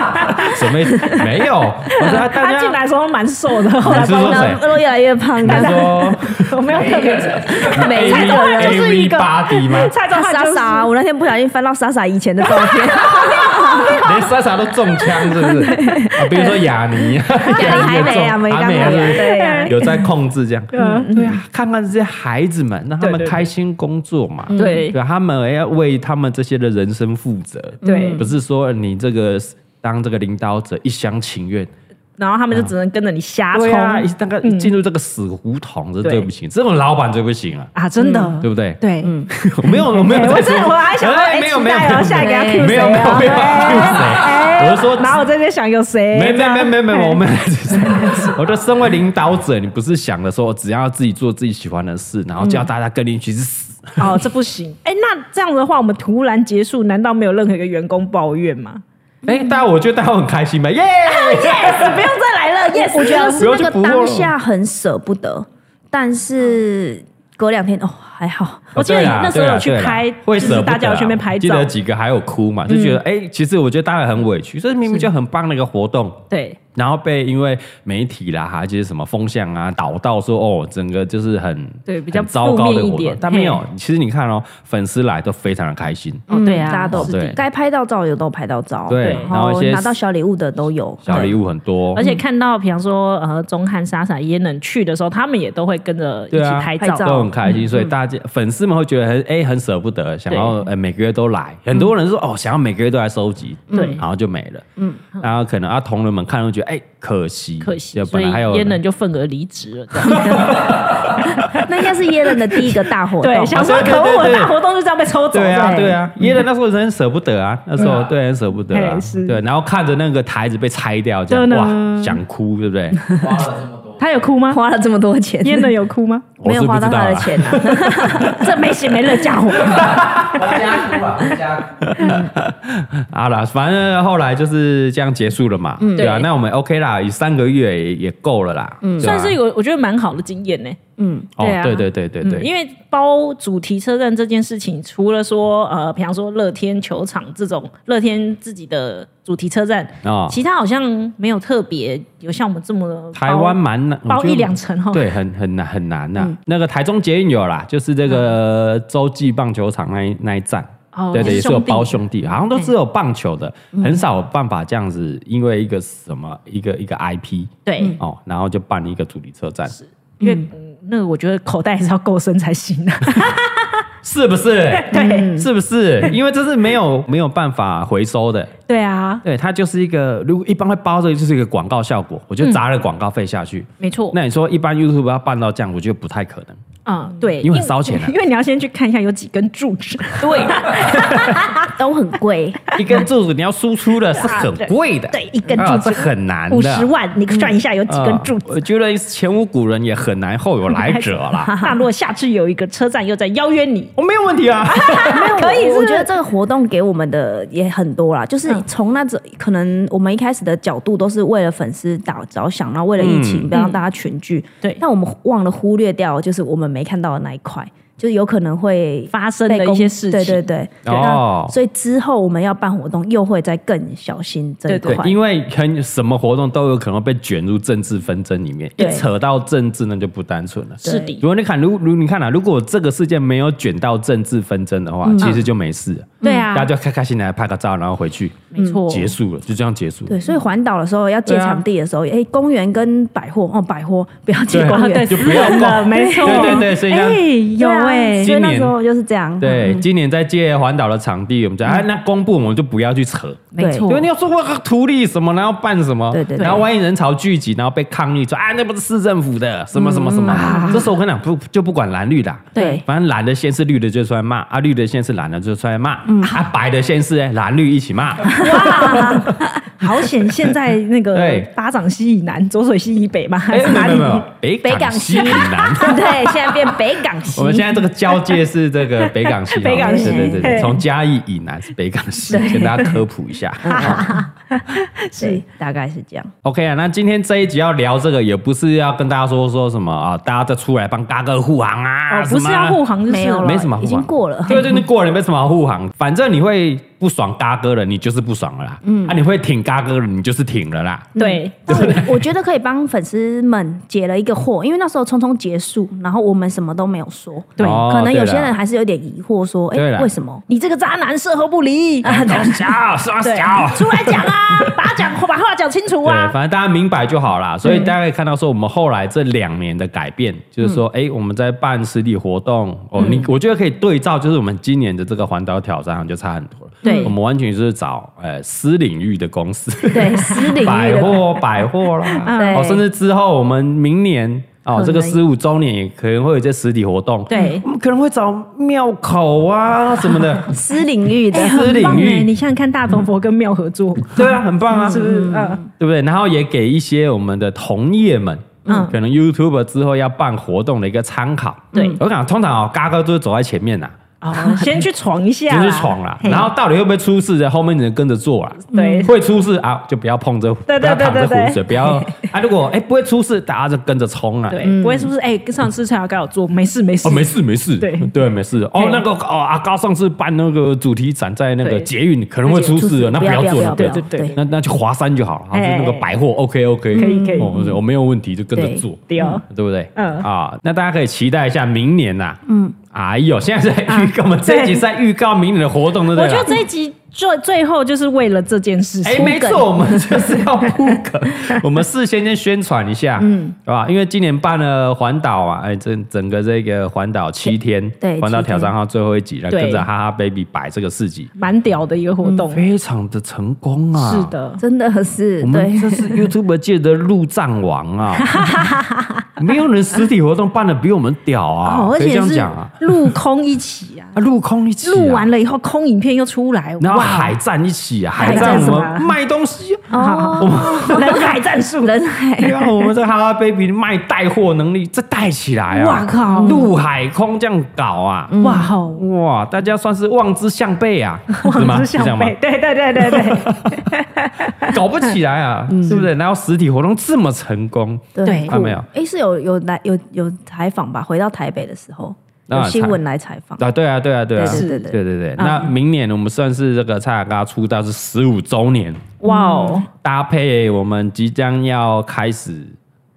什么意思？没有，我说啊大
他进
家，
来的时候蛮
(laughs)
瘦的，后来
你是说谁？
都越来越胖，
你
但
说
我没有特
哎
别瘦， (laughs)
每一个
蔡宗
人
翰就是一个
Everybody 吗
蔡宗
他
翰
傻
就是
傻，我那天不小心翻到傻傻以前的照
(laughs)
片，
连莎莎都中枪，是不是？啊比如说雅尼，雅尼
还
也中
没啊，没
还 (laughs)
刚没
没啊，是
有，
不是
对呀，
有在控制这样。对啊，看看这些孩子们，让他们开心工作
嗯
嘛。
对
对啊，他们要为他们这些的人生负责。
对
不是说你这个当这个领导者一厢情愿。
然后他们就只能跟着你瞎
啊对啊，一
冲
那个一进入这个死胡同，这
对
对不起，这种老板对不起啊，
啊，真的
对，不对？
对，
嗯
我没有，我没有
哎
在
我
说
真的我还想说，
哎
哎，
没有
期
没有
待哦，下一个要 Q
没有
谁
没有
啊？
没有 Q
哎
谁，我
(laughs)
是说
然后我这边想有谁？啊
没没没没没没，我们我觉得身为领导者，你不是想着说只要自己做自己喜欢的事，然后叫大家跟你一起去死，
哦，这不行。哎，那这样的话，我们突然结束，难道没有任何一个员工抱怨吗？
哎，大家我觉得大家很开心吧，耶！
(laughs) 不用再来了，yes，
我觉得
不
是
要
那
去
个
捕获
当
了
下很舍不得，但是隔两天哦还好，
我记得
哦对啦啊
那时候有去
对啦对啦
拍
会
就是
舍不得啊
大家有去那边拍照嗯
记得几个还有哭嘛，就觉得哎，其实我觉得大家很委屈，这明明就很棒的一个活动，
对
然后被因为媒体啦，还就是什么风向啊，导到说哦，整个就是很
对比较
很糟糕
负
的
面一
活动
点，
但没有。其实你看哦，粉丝来都非常的开心，
哦对啊
嗯大家都
是的
该拍到照有都拍到照，
对然
然
后一
后
些
拿到小礼物的都有，
小礼
物，
物很多
而，且看到，比方说，呃，钟汉、莎莎、耶冷去的时候，他们也都会跟着一
对
起
啊
拍
拍
照。
照
都很开
嗯
心，所以大家粉丝们会觉得很哎很舍不得，想要呃每个月都来。很多人说哦，想要每个月都来收集，
对
然后就没了。嗯，然后可能啊同仁们看了觉得哎可惜，
可惜
就，
所
本
以
来还有
耶冷就份额离职了。这样
那应该是耶伦的第一个大活
(laughs) (laughs) 对，
动，
想说
对对
可恶，我的
对
大活动就这样被抽走。
对啊，
对
对啊，耶伦那时候人很舍不得啊，那时候对很舍不得啊
嗯嘿是，
对，然后看着那个台子被拆掉，这样
真的
哇，想哭，对不
(laughs)
对？
花了这么多，
他有哭
(laughs)
吗？
(laughs) 花了这么多
啊
钱，
耶冷有哭吗？
我
没
是
有
不
花
知
到
道
他
啊，
的钱啊， (laughs)
这没血没泪家伙。
我家哭啊，我家哭。
(laughs) 好啦，反正后来就是这样结束了嘛，对啊，
嗯对
那我们 OK 啦，以三个月也也够了啦，嗯，
算是有，我觉得蛮好的经验呢、
嗯，
哦
对，啊
对对对对
嗯
对，
因为包主题车站这件事情，除了说呃，比方说乐天球场这种乐天自己的主题车站，
哦
其他好像没有特别有像我们这么
台湾蛮难，
包
我觉得
一两嗯层哈
对，很很难很难呐、那个台中捷运有啦，就是这个洲际棒球场那一那一站。
哦
对对，也是有
兄弟嗯
包兄弟，好像都只有棒球的，很少有办法这样子，因为一个什么一个一个 IP
对，
哦，然后就办一个主题车站，是
因为、嗯那个我觉得口袋还是要够深才行啊的、
不是？
(laughs)
(laughs)
对
是不是？因为这是没有没有办法回收的，
对啊，
对，它就是一个如果一般会包这个就是一个广告效果，我
嗯
就砸了广告费下去。
没错，
那你说一般 YouTube 要办到这样，我觉得不太可能。
嗯，对，
因为很烧钱啊
(laughs) 因为你要先去看一下有几根柱子， (laughs) 对
都很贵，
(laughs) 一根柱子你要输出的是很贵的，
对一根柱
啊
子
这很难的，
五十万，
嗯
你算一下有几根柱
啊
子。
我觉得前无古人也很难后有来者
(laughs)
啦。
那如果下次有一个车站又在邀约你，
我没有问题
(laughs)
啊，
没有
可以是
我
嗯
我觉得这个活动给我们的也很多啦，就是从那种可能我们一开始的角度都是为了粉丝打着想，然后为了疫情不要让大家群聚，
嗯对
但我们忘了忽略掉，就是我们没看到的那一块。就是有可能会
发生
被
的一
公
些事情，
对对对，
哦
那所以之后我们要办活动，又会再更小心这一
对
块
对，。因为很什么活动都有可能被卷入政治纷争里面，一
对
扯到政治那就不单纯了。
是
如
的，
果你看，如如你看啊，如果这个事件没有卷到政治纷争的话，其实就没事了，
对嗯啊
大家就开开心心来拍个照，然后回去
没错，
结束了，就这样结束。
对，所以环岛的时候要借
对啊
场地的时候，哎、公园跟百货哦，百货不要借
对
公园，啊
就不要
真的
逛
啊没
(laughs)
错，
对对对，所以这样
有哎、
所以那时候就是这样，
对，
嗯
今年在借环岛的场地，我们讲，哎，那公布我们就不要去扯，
没
哦
因为
错
你，要说我个图利什么，然后办什么，
对对对
然后万一人潮聚集，然后被抗议说啊，那不是市政府的什么什么什么， (laughs) 这时候我跟你讲，不就不管蓝绿的啊、
对
反正蓝的先是绿的就出来骂，啊绿的先是蓝的就出来骂，啊白的先是蓝绿一起骂，
好 (laughs) 险！现在那个
对
巴掌西以南，浊水溪以北嘛，还
哎
是哪
没有
里
没有没？
(laughs)
有，北
北港
西以南。
对，现在变北港
(laughs)
西，
我们现
哦
在这个交界是这个北港西，
北港西
对对对对，
嘿
从嘉义以南是北港西，跟大家科普一下。
是大概是这样，
OK 啊，那今天这一集要聊这个，也不是要跟大家说说什么啊，大家再出来帮嘎哥护航啊，
哦，不是
什么
要护航，就是
没有了，
没什么护航
已经过了，
对对，你过了，你没什么好护航，反正你会不爽嘎哥的，你就是不爽了啦。嗯，啊，你会挺嘎哥的，你就是挺了啦。
对，
(laughs) 但我我觉得可以帮粉丝们解了一个惑，因为那时候匆匆结束，然后我们什么都没有说，
对
哦
可能有
对啦
些人还是有点疑惑，说，
对
哎
啦，
为什么你这个渣男射后不理？啊
搞笑，耍
对
小，。
出来讲
(laughs)
啊，把讲把话讲清楚
对，
啊。
反正大家明白就好啦。所以大家可以看到，说我们后来这两年的改变，就是说，哎、我们在办实体活动，哦，你我觉得可以对照，就是我们今年的这个环岛挑战就差很多了。
对
我们完全就是找呃私领域的公司，
(laughs) 对，私领域
百
的，
货、百货
(laughs)
啦，
对
嗯
哦，甚至之后我们明年哦，
可能，
这个十五周年也可能会有一些实体活动，
对
我们可能会找庙口
(laughs)
啊什么的
私领域的
哎，，
私
很
领
棒
域
哎！你想想看，大头佛跟庙合作，
对啊，很棒啊，
是不是？嗯，
对不对？然后也给一些我们的同业们。嗯，可能 YouTube 之后要办活动的一个参考。
对
我讲通常哦，嘎哥都是走在前面呐，啊
哦，先去闯一下
就
啦，
是闯啦。
嘿
然后到底会不会出事，在后面的人跟着做啦。
对
会出事啊，就不要碰这，
对对
不要
对
淌这
对对
浑水，
(laughs)
不要啊。如果哎不会出事，大家就跟着冲啊了。
对，
嗯
不会是不是？哎，上次蔡小刚有做，没事没事
哦，，没事没事，
对
对，没事。哦
嘿，
那个哦，阿高上次办那个主题展在那个
对
捷运，可能会出事的，那
不
要做
不
了，
要不要，
对
对
对
对对
那那去华山就好了，然后
哎
就那个百货，OK OK，可
以可以
我我没有问题，就跟着
对
做，
对哦
对不对？
嗯
啊，那大家可以期待一下明年呐，嗯，哎呦，现在在预告，我们这一集是在预告明年的活动，对不
啊我
对
觉
啊？
得这一集最最后就是为了这件事
哎，
情，
没错，我们就是要铺梗，我们事先先宣传一下，嗯，对吧？因为今年办了环岛啊，哎，整整个这个环岛七天，
对
环岛
七
挑
天
战号最后一集了，
对
跟着哈哈 baby 摆这个四集，
蛮屌的一个活动，
嗯非常的成功啊，
是。的，
真的是
我们
对 (laughs)
这是 YouTube 界的路障王啊！没有人实体活动办的比我们屌啊！
哦
可
而
以
且
这样
是
讲啊，
陆空一起
(laughs)
啊，
啊陆空一起、啊，
录完了以后空影片又出来，
然后
哇
海战一起啊，
海
海战
战
我
什
们卖东西、啊，
哦，
人海战术，
人海
对
(laughs)
啊，我们这哈哈 baby 卖带货能力这带起来啊！
哇靠嗯
陆海空这样搞啊！
哇好。
哇，大家算是望之项背
(laughs)
啊，是吗？
之
是这样
向
吗
(laughs) 背，对对对对
(laughs)
对
搞不起来啊，
嗯
是不是？然后实体活动这么成功，
对
啊看到没有
哎，是有有来有有采访吧？回到台北的时候，
啊
有新闻来采访，
啊，对啊，对啊，对啊，
对对对对
对对对。
嗯
那明年我们算是这个蔡雅嘎出道是十五周年，
哇哦，
搭配我们即将要开始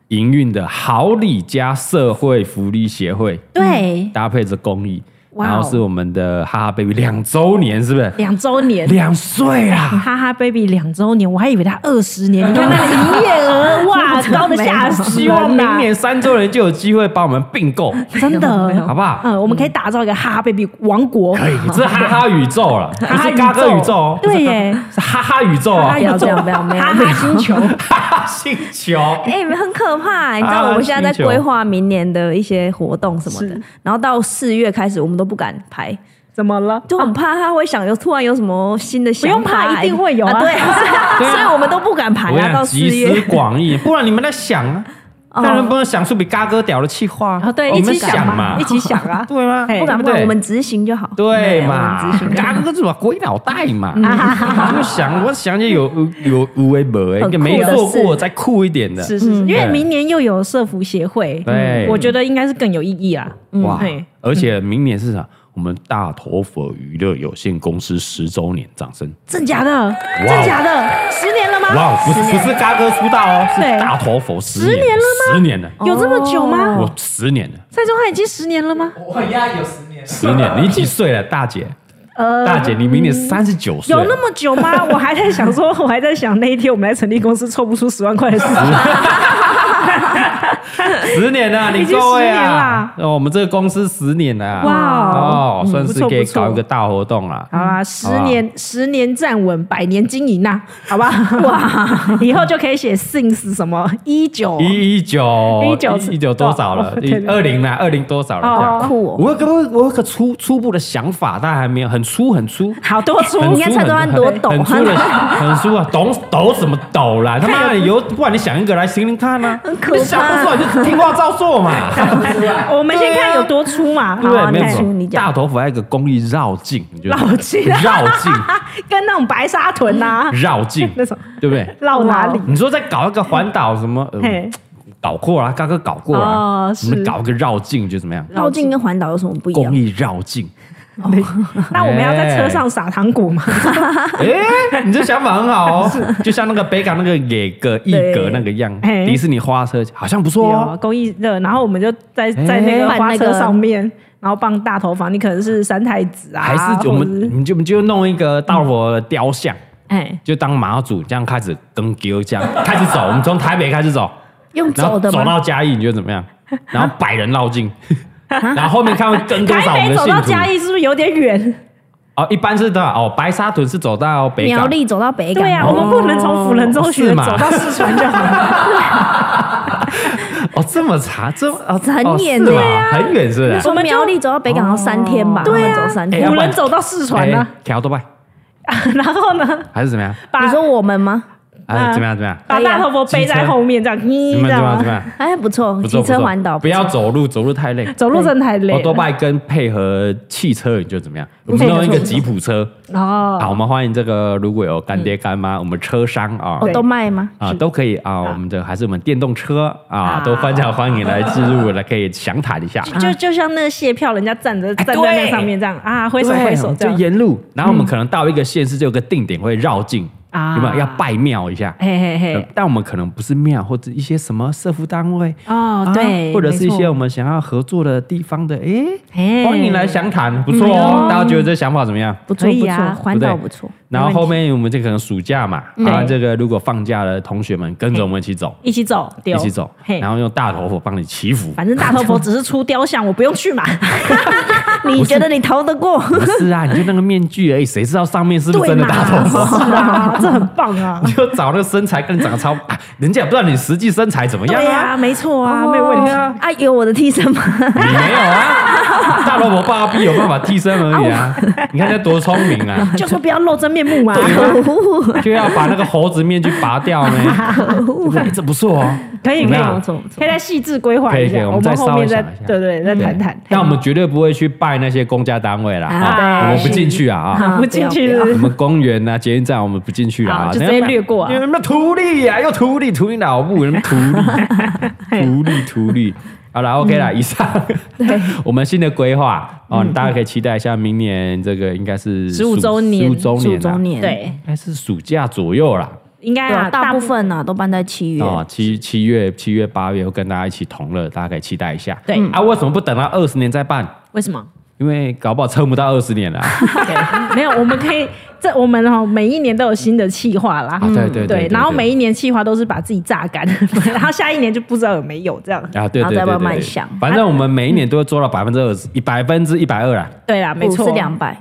营运的好礼家社会福利协会，
对，
搭配着公益，
哇哦
然后是我们的哈哈 baby 两周年，是不
(laughs)
是？
两周年，
两岁
(laughs)
啊！
哈哈 baby 两周年，我还以为他二十年，你看那个营业额，
(laughs)
哇，高的吓死
希
人啊！
望明年三周年就有机会把我们并
(laughs)
购，(laughs)
真
没有
的
好不
(laughs)
好？
嗯，我们可以打造一个哈哈 baby 王国，
可以，这是哈哈宇宙了，不
(laughs) 哈
是嘎哥宇宙哦，
对耶，
是哈哈宇宙
哈
啊
哈
不
宇，
要这样，不要没有
哈。哈星球，
哈哈 (laughs) 星球。
(laughs) 哎、很可怕、你知道
啊
我们现在在规划明年的一些活动什么的
是，
然后到四月开始，我们都不敢拍，
(laughs) 怎么了？
就很怕他会想有突然有什么新的想哎
不用怕一定会有
(laughs)
啊
对，所以我们都不敢排
我
哎
啊，
想
到四
集思
月
(laughs)
广益，不然你们在想啊，当然不能想出比嘎哥屌的气话
哦，对，
你
一
们
起
想，
嘛，一起想啊
(laughs) 对吗？
嘿
不敢
对
问，
对
我们执行
(laughs)
就好。
对
我
嘛
们执行，就好
嘎哥是吧？鬼脑袋嘛，
嗯
就想我想起有有有微博
很酷的
没做过
事
再酷一点的，
是是是，因为
嗯对
明年又有社服协会，
对
我觉得应该是更有意义啊。
哇
对！
而且明年是啥？我们大头佛娱乐有限公司十周年，掌声！
真假的？真假的？十年了吗？
哦哇，哦不是不是嘎哥出道哦，是
对
大头佛十年了吗？十年了，
有这么久吗？
我十年了，
蔡宗翰已经十年了吗？
我呀有十年了，
十年！你几岁了，大姐？
哦呃
大姐，你明年三十九岁
有，那么久
(laughs)
吗？我还在想说，我还在想那一天我们在成立公司凑不出十万块的事情。
十年了，你
(laughs) 已经
各位
十年
啊
啦，
哦我们这个公司十年了，
哇嗯
哦，算
不
是
错
给
不错
搞一个大活动啊啦。
好啦，十年十年站稳，百年经营呐，好吧？哇， (laughs) 以后就可以写 since 什么一九
一一九
19
一九多少了
哦？对对对
二零啦，二零多少了？这样
哦
酷哦！
我有个我有个初初步的想法，但还没有很粗很
(laughs)
粗。
好多出
很粗
你看蔡宗翰多
啊
抖
很粗
(laughs)
的，很粗啊，抖抖什么抖啦？他妈的，有不然你想一个来行行看呢？
很可怕
你想不出来就听话照做
(laughs)
嘛，
我们先看有多出嘛，
对
好
不
啊
对？没
你看
错
出你，讲
大头佛还有一个工艺绕境，你觉得
绕境
绕境，
跟那种白沙屯呐，
绕境
(laughs) 那种
对不对？
绕哪里？
你说再搞一个环岛什么？呃
嘿，
搞过啊，刚刚搞过啊
哦，
我们
是
搞一个绕境就怎么样？
绕境跟环岛有什么不一
公
样？哦
益绕
(laughs)
境，
那我们要在车上撒糖果吗？
哎，你这想法很好哦，就像那个北港那个野格一格
对
那个样，
嘿
迪士尼花车好像不错
有
哦。
公益热，然后我们就在在那个花
哎换那
车
个
上面，然后放大头房，你可能是三太子啊，
还是我
或
们
者是嗯
你就我们就弄一个大佛的雕像，
哎，
就当马祖这样开始跟丢这样 (laughs) 开始走，我们从台北开始
(laughs)
走，
用
然后
走的
走
吗？
到嘉义你觉得怎么样？然后百人绕
(laughs)
境，然后后面看会跟多少我
台
们
北
的
走
信
到
徒
嘉。义是不是有点远？
哦，一般是的哦，白沙屯是走到北港，
苗栗走到北港，
对呀、啊
哦
我们不能从辅仁中
是
学
嘛
走到四川就好
(laughs)
了。
哦，这么长，这么哦
很
哦
远
是
呢
吗很远是不是？
从哦苗栗走到北港要三天吧？
对
他
呀、
们走三
哎要
天
辅
不。然
仁走到四川呢、
调哎多拜哎
(laughs) 然后呢，
还是怎么样？
把
你说哎我们吗？
啊，
啊
怎么样？怎么样？
把大头佛背在后面，这样啊
怎
你
么
知
样？怎么
道
样？怎么
吗？
(laughs)
样？
哎，不错，
不错
骑车
不错
环岛
不要
错
走路，走路太累。
走路真的太累
哦，多
了。
拜跟配合汽车，你觉得怎么样？我
不
们
错
弄一个
不错
吉普车。
哦，
好，我们欢迎这个，如果有干爹干妈，我们车商啊。
哦，都卖吗？
啊，都可以啊，我们的还是我们电动车啊，都欢迎欢迎来置入来，可以详谈一下。
就就像那个卸票，人家站着站在那上面这样啊，挥手
哎对
挥
我
手
们
这
就
样。
沿路，然后我们可能到一个县市，就有个定点会绕境
啊哎
有没有要拜庙一下？
嘿嘿
呃
嘿，
但我们可能不是庙或者一些什么社服单位
哦
啊
对，
或者是一些
没
我
错
们想要合作的地方的，哎，
嘿
哦
欢迎来详谈，不错
哎
哦。大家觉得这想法怎么样？
不错
可
不
以
错
啊，
环岛
对
不错。
然后后面我们这可能暑假嘛，
嗯
啊，
对
这个如果放假的同学们跟着我们一起走，
一起走，对
一
哦
起走，
嘿
然，后用大头佛帮你祈福。
(laughs) 反正
(laughs)
大头佛只是出雕像，我不用去买。
啊你觉得你逃得过？
不是啊，你就那个面具而已，谁知道上面是不是
对
真的
嘛，
大头佛？
(laughs) 是啊，这很棒啊。
(laughs) 你就找那个身材跟你长得超， (laughs) 啊人家也不知道你实际身材怎么样
对
啊，
呀，没错啊，没有问题。
(laughs) 啊，
啊，有我的替身吗？
你没有啊，大萝卜爸爸有办法替身而已啊，你看他多聪明
(laughs)
啊，
就说不要露真面目嘛。
啊 (laughs)
就要把那个猴子面具拔掉呢，对不对这不错哦，
可以
怎
可
么
以
样
不错不错
可以再细致规划
可以
一
可以
下，
我们再
们后面
稍微
再
想一下
对对再
对
谈谈。
但我们绝对不会去拜那些公家单位啦，
啊
啊
对
我们不进去啊啊。
好不进去
不要
(laughs) 我们公园啊，捷运站我们不进去了啊，
好就直接略过啊
你们图利啊，又图利，图你脑部，你们图利，
(laughs)
图利，图利。好
嗯
了，OK 啦，以上我们新的规划哦，
嗯
大家可以期待一下，明年这个应该是
15周嗯年
十五周
数
年
周
啊，
年，
对，
应该是暑假左右啦。
应该
对啊，
啊，
大部分呢都办在七月。
哦，七七月、七月、八月会跟大家一起同乐，大家可以期待一下。
对
啊，为什么不等到二十年再办？(laughs)
为什么？
因为搞不好撑不到二十年了啊。
对没有，我们可以这我们哦，每一年都有新的企划啦。
啊对对对对
对，然后
对
每一年企划都是把自己榨干， (laughs) 然后下一年就不知道有没有这样。
啊，对
然后
对对
再
对
慢慢
对
想
反正我们每一年都会做到百分之二十，一百分之一百二啦，
对啦，没
不
错，
是两百，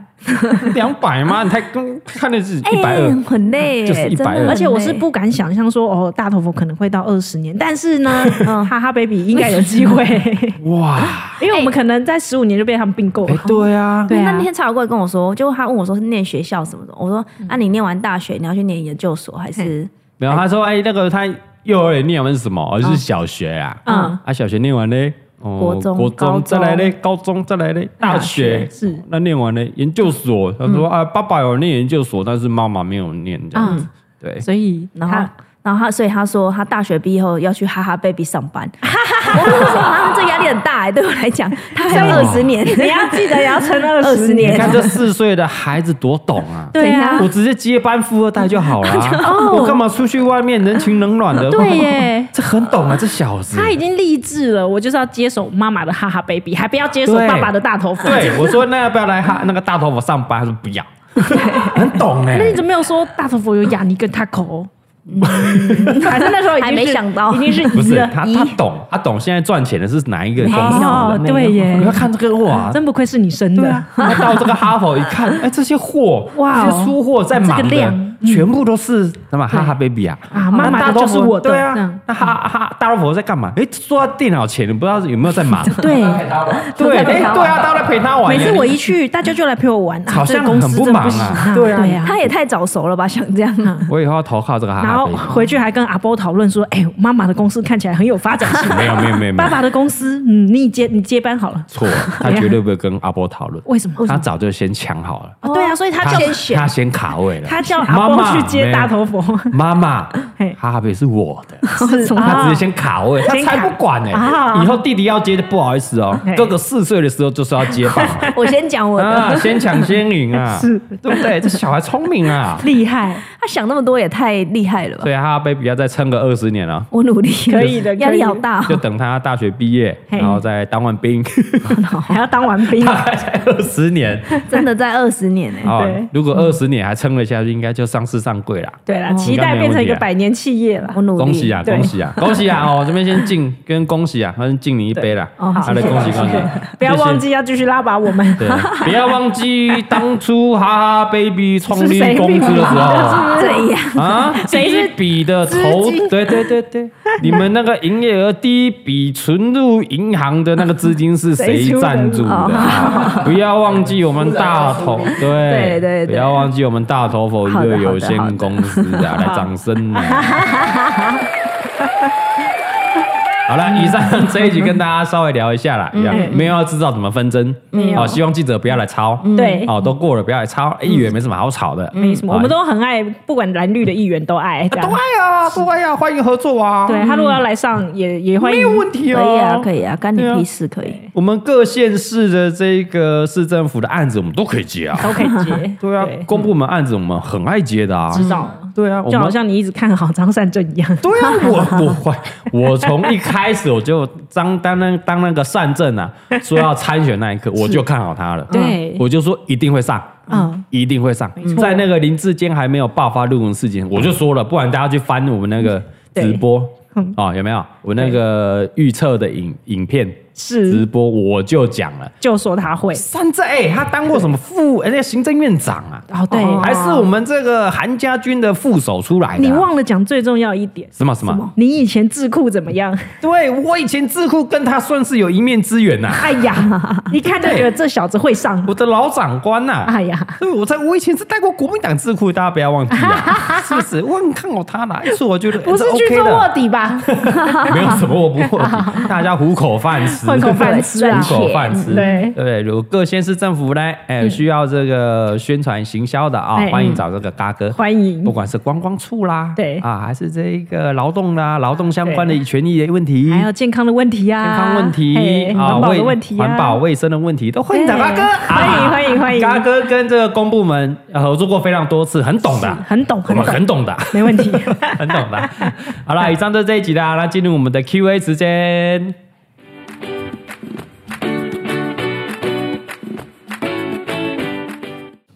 两百吗？你太跟看的是一百
哎
二，，嗯
很累耶，
就是120
真的很累
而且我是不敢想象说哦，大头佛可能会到二十年，但是 (laughs) 呢，哈哈 baby 应该有机 (laughs) 会，
哇！
啊
因为我们可能在十五年就被他们并购
哎
了。，
对啊，
对啊
那天蔡小贵跟我说，就他问我说是念嗯学校什么的，我说啊，你念完大学你要去念研究所还是？
没有他说哎，那个他幼儿园念完是什么？而是小学啊，
嗯
啊，小学念完嘞，哦
国中
国
高
中
中
再来嘞，高中再来嘞，大学哦
是
那念完嘞，研究所，
嗯
他说啊，爸爸有念研究所，但是妈妈没有念这样子，
嗯
对，
所以
然
他
后。然后他，所以他说他大学毕业后要去哈哈 baby 上
(laughs)
班。我就说啊，这压力很大哎、对我来讲，他还有二十
(laughs)
年，
你要记得也要撑二
20年
你看这四岁的孩子多懂啊！
对
怎
啊
样，
我直接接班富二代就好了、啊
(laughs)
哦
我干嘛出去外面人情冷暖的？
对耶，
(laughs) 这很懂啊，这小子。
他已经立志了，我就是要接手妈妈的哈哈 baby，还不要接手
对
爸爸的大头佛。
对我说，那要不要来哈那个大头佛上班？他说不
(laughs)
要，很懂哎、
那你怎么没有说大头佛有雅尼跟 taco？反正那时候已经
还
是
没想到
已经是
不
赢
是
了。
他
一
他懂，他懂现在赚钱的是哪一个公司
有
哦
的？，
对
你要
耶，
看这个哇，
(laughs) 真不愧是你生
对
的
啊。，他到这个哈佛一看，哎，这些货，
(laughs) 哇哦
这些出货在忙
这个量
的，全部都是什么哈哈 baby 啊。
嗯啊，妈
那
妈
大头
就是
佛
我的，嗯
对
这
啊
样，
那哈哈大头佛在干嘛？哎，说到电脑前，你不知道有没有在
(laughs)
忙？
对，
啊
陪他玩，
对，
在
哎，
陪
对
他玩
啊，他在陪他玩
每
呀。
次我一去，大家就来陪我玩，啊
好像
这个公司
很不
真的
忙
行
啊
对
对啊
啊。
他也太早熟了吧，想这样啊。
我以后要投靠这个哈
然
哈 baby。
后回去还跟阿波讨论说，哎，妈妈的公司看起来很有发展性，
(laughs) 没有没有没有没
爸
有，
爸的公司，嗯，你接你接班好了，
错，
(laughs)
他绝对不会跟阿波讨论。
为什么？
他早就先抢好了，
啊对啊，所以他叫
他先卡位了。
他叫阿
妈
波
妈
去接大头佛，
妈妈
嘿，
哈哈贝是我的，
(laughs) 是
他
啊
直接先卡位，他
先卡
才不管呢、
啊
以后弟弟要接，不好意思哦
嘿，
哥哥四岁的时候就是要接棒
(laughs)
我先讲我的，
啊，先抢先赢啊，
是，
对不对？这小孩聪明啊
(laughs) 厉害，
他想那么多也太厉害了吧
所！以哈哈贝比要再撑个二十年了。
我努力，
可以的
压
可以
力
的
好大
就
哦。
等他大学毕业，
啊嘿
然后再当完兵， (laughs) 哦
还要当完兵，
大概才二十年
真的在二十年哎，
啊
对。
如果二十年还撑得下去，应该就上市上柜啦。
对了，期待变成一个百年企业了
我。努力。
恭喜啊，
对
恭喜啊，恭喜啊！哦，这边先敬跟恭喜啊，先敬你一杯啦。
哦好
好的，
谢谢
恭喜
谢谢
恭喜！
不要
谢谢
忘记要继续拉拔我们，
对，不要忘记当初哈哈 baby 创立公司的时候
(laughs) 这样，
(laughs)
啊，第
谁
一
是
笔的投，对对对
(laughs)
对，你们那个营业额第一笔存入银行的那个资金是谁
谁出的
赞助的
哦
啊？ (laughs) 不要忘记我们大
(laughs)
头，
啊
对
对对对
不要忘记我们大头佛娱
好的
乐
好的
有限公司啊，来掌声
(laughs)
啊！好了，以上这一集跟大家稍微聊一下啦，一样没有要制造什么纷争，
嗯没有嗯
哦，希望记者不要来抄，
对嗯
哦，都过了不要来抄，议员没什么好吵的，
没 (laughs) 什么，
好
我们都很爱，不管蓝绿的议员都爱这
都
样。
爱啊，都爱啊，欢迎合作啊，
对他如果要来上，也也欢
没
迎
有。问题
可
哦，
以啊，可以啊，干你
对啊
屁事可以。
我们各县市的这个市政府的案子，我们都可以接啊。
都可以接，
(laughs) 对啊，公部门案子我们很爱接的啊。
知道，
对啊，我
就好
们
像你一直看好张善政一样。
对啊，
(laughs)
我我会，我从一开始我就当当那当那个善政
(laughs)
啊，说要参选那一刻，我就看好他了。
对
我就说一定会上。
嗯，
一定会上，在那个林志坚还没有爆发论文事
嗯
件，我就说了，不然大家去翻我们那个直播
嗯
哦，有没有？我那个预测的影影片直
是，
播，我就讲了。
就说他会。
三在哎、他当过什么副哎、那个行政院长啊？
哦，对，
还是我们这个韩家军的副手出来的、啊
你忘了讲最重要一点，
什么什么？
你以前智库怎么
(laughs)
样？
对我以前智库跟他算是有一面之缘呐、
哎 (laughs) 呀，一看就觉得这小子会
(laughs)
上。
我的老长官呐、
哎呀，
对，我在我以前是带过国民党智库，大家不要忘记
(laughs)
啊，是不是？我很看好他啦，所以我觉得哎
不是
这
去
OK
做卧
的，啊嗯哎
底吧？
没有什么我不卧底，
(laughs)
大家糊口饭吃，
混口饭吃啊
糊口饭吃，
对嗯
对。如果各县市政府呢，哎、需要这个宣传行销的啊、
哎
欢迎找这个嘎哥，
欢迎
不，管是观光处啦，
对
啊，还是这一个劳动啦，劳动相关的权益的问题，
还有健康的问题啊，
健康问题
嘿
啊，
环保
卫
的问题啊，
环保卫生的问题，都欢迎找嘎哥，
对
啊
欢迎欢迎欢迎
嘎哥跟这个公部门呃合作过非常多次，很懂的，
很懂
我
很
们
懂，
很啊懂的， (laughs)
(laughs) 没问题。
很懂的。好了，以上就是这一集啦，那进入我们的 Q&A 时间。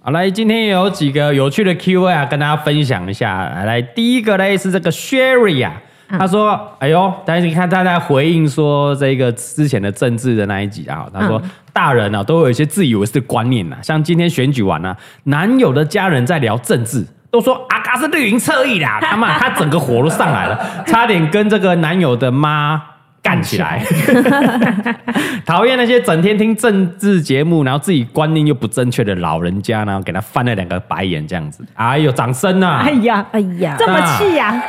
好，来，今天有几个有趣的 Q&A 啊，跟大家分享一下。来，第一个嘞是这个 Sherry 啊，他说：“哎呦，但是你看他在回应说这个之前的政治的那一集啊，他说、大人啊都有一些自以为是的观念呐、像今天选举完啊，男友的家人在聊政治。”都说阿嘎是绿营侧翼啦，他妈他整个火都上来了，差点跟这个男友的妈干起来。讨厌那些整天听政治节目，然后自己观念又不正确的老人家，然后给他翻了两个白眼这样子。哎呦，掌声呐、
哎呀，
哎呀，
这么气呀？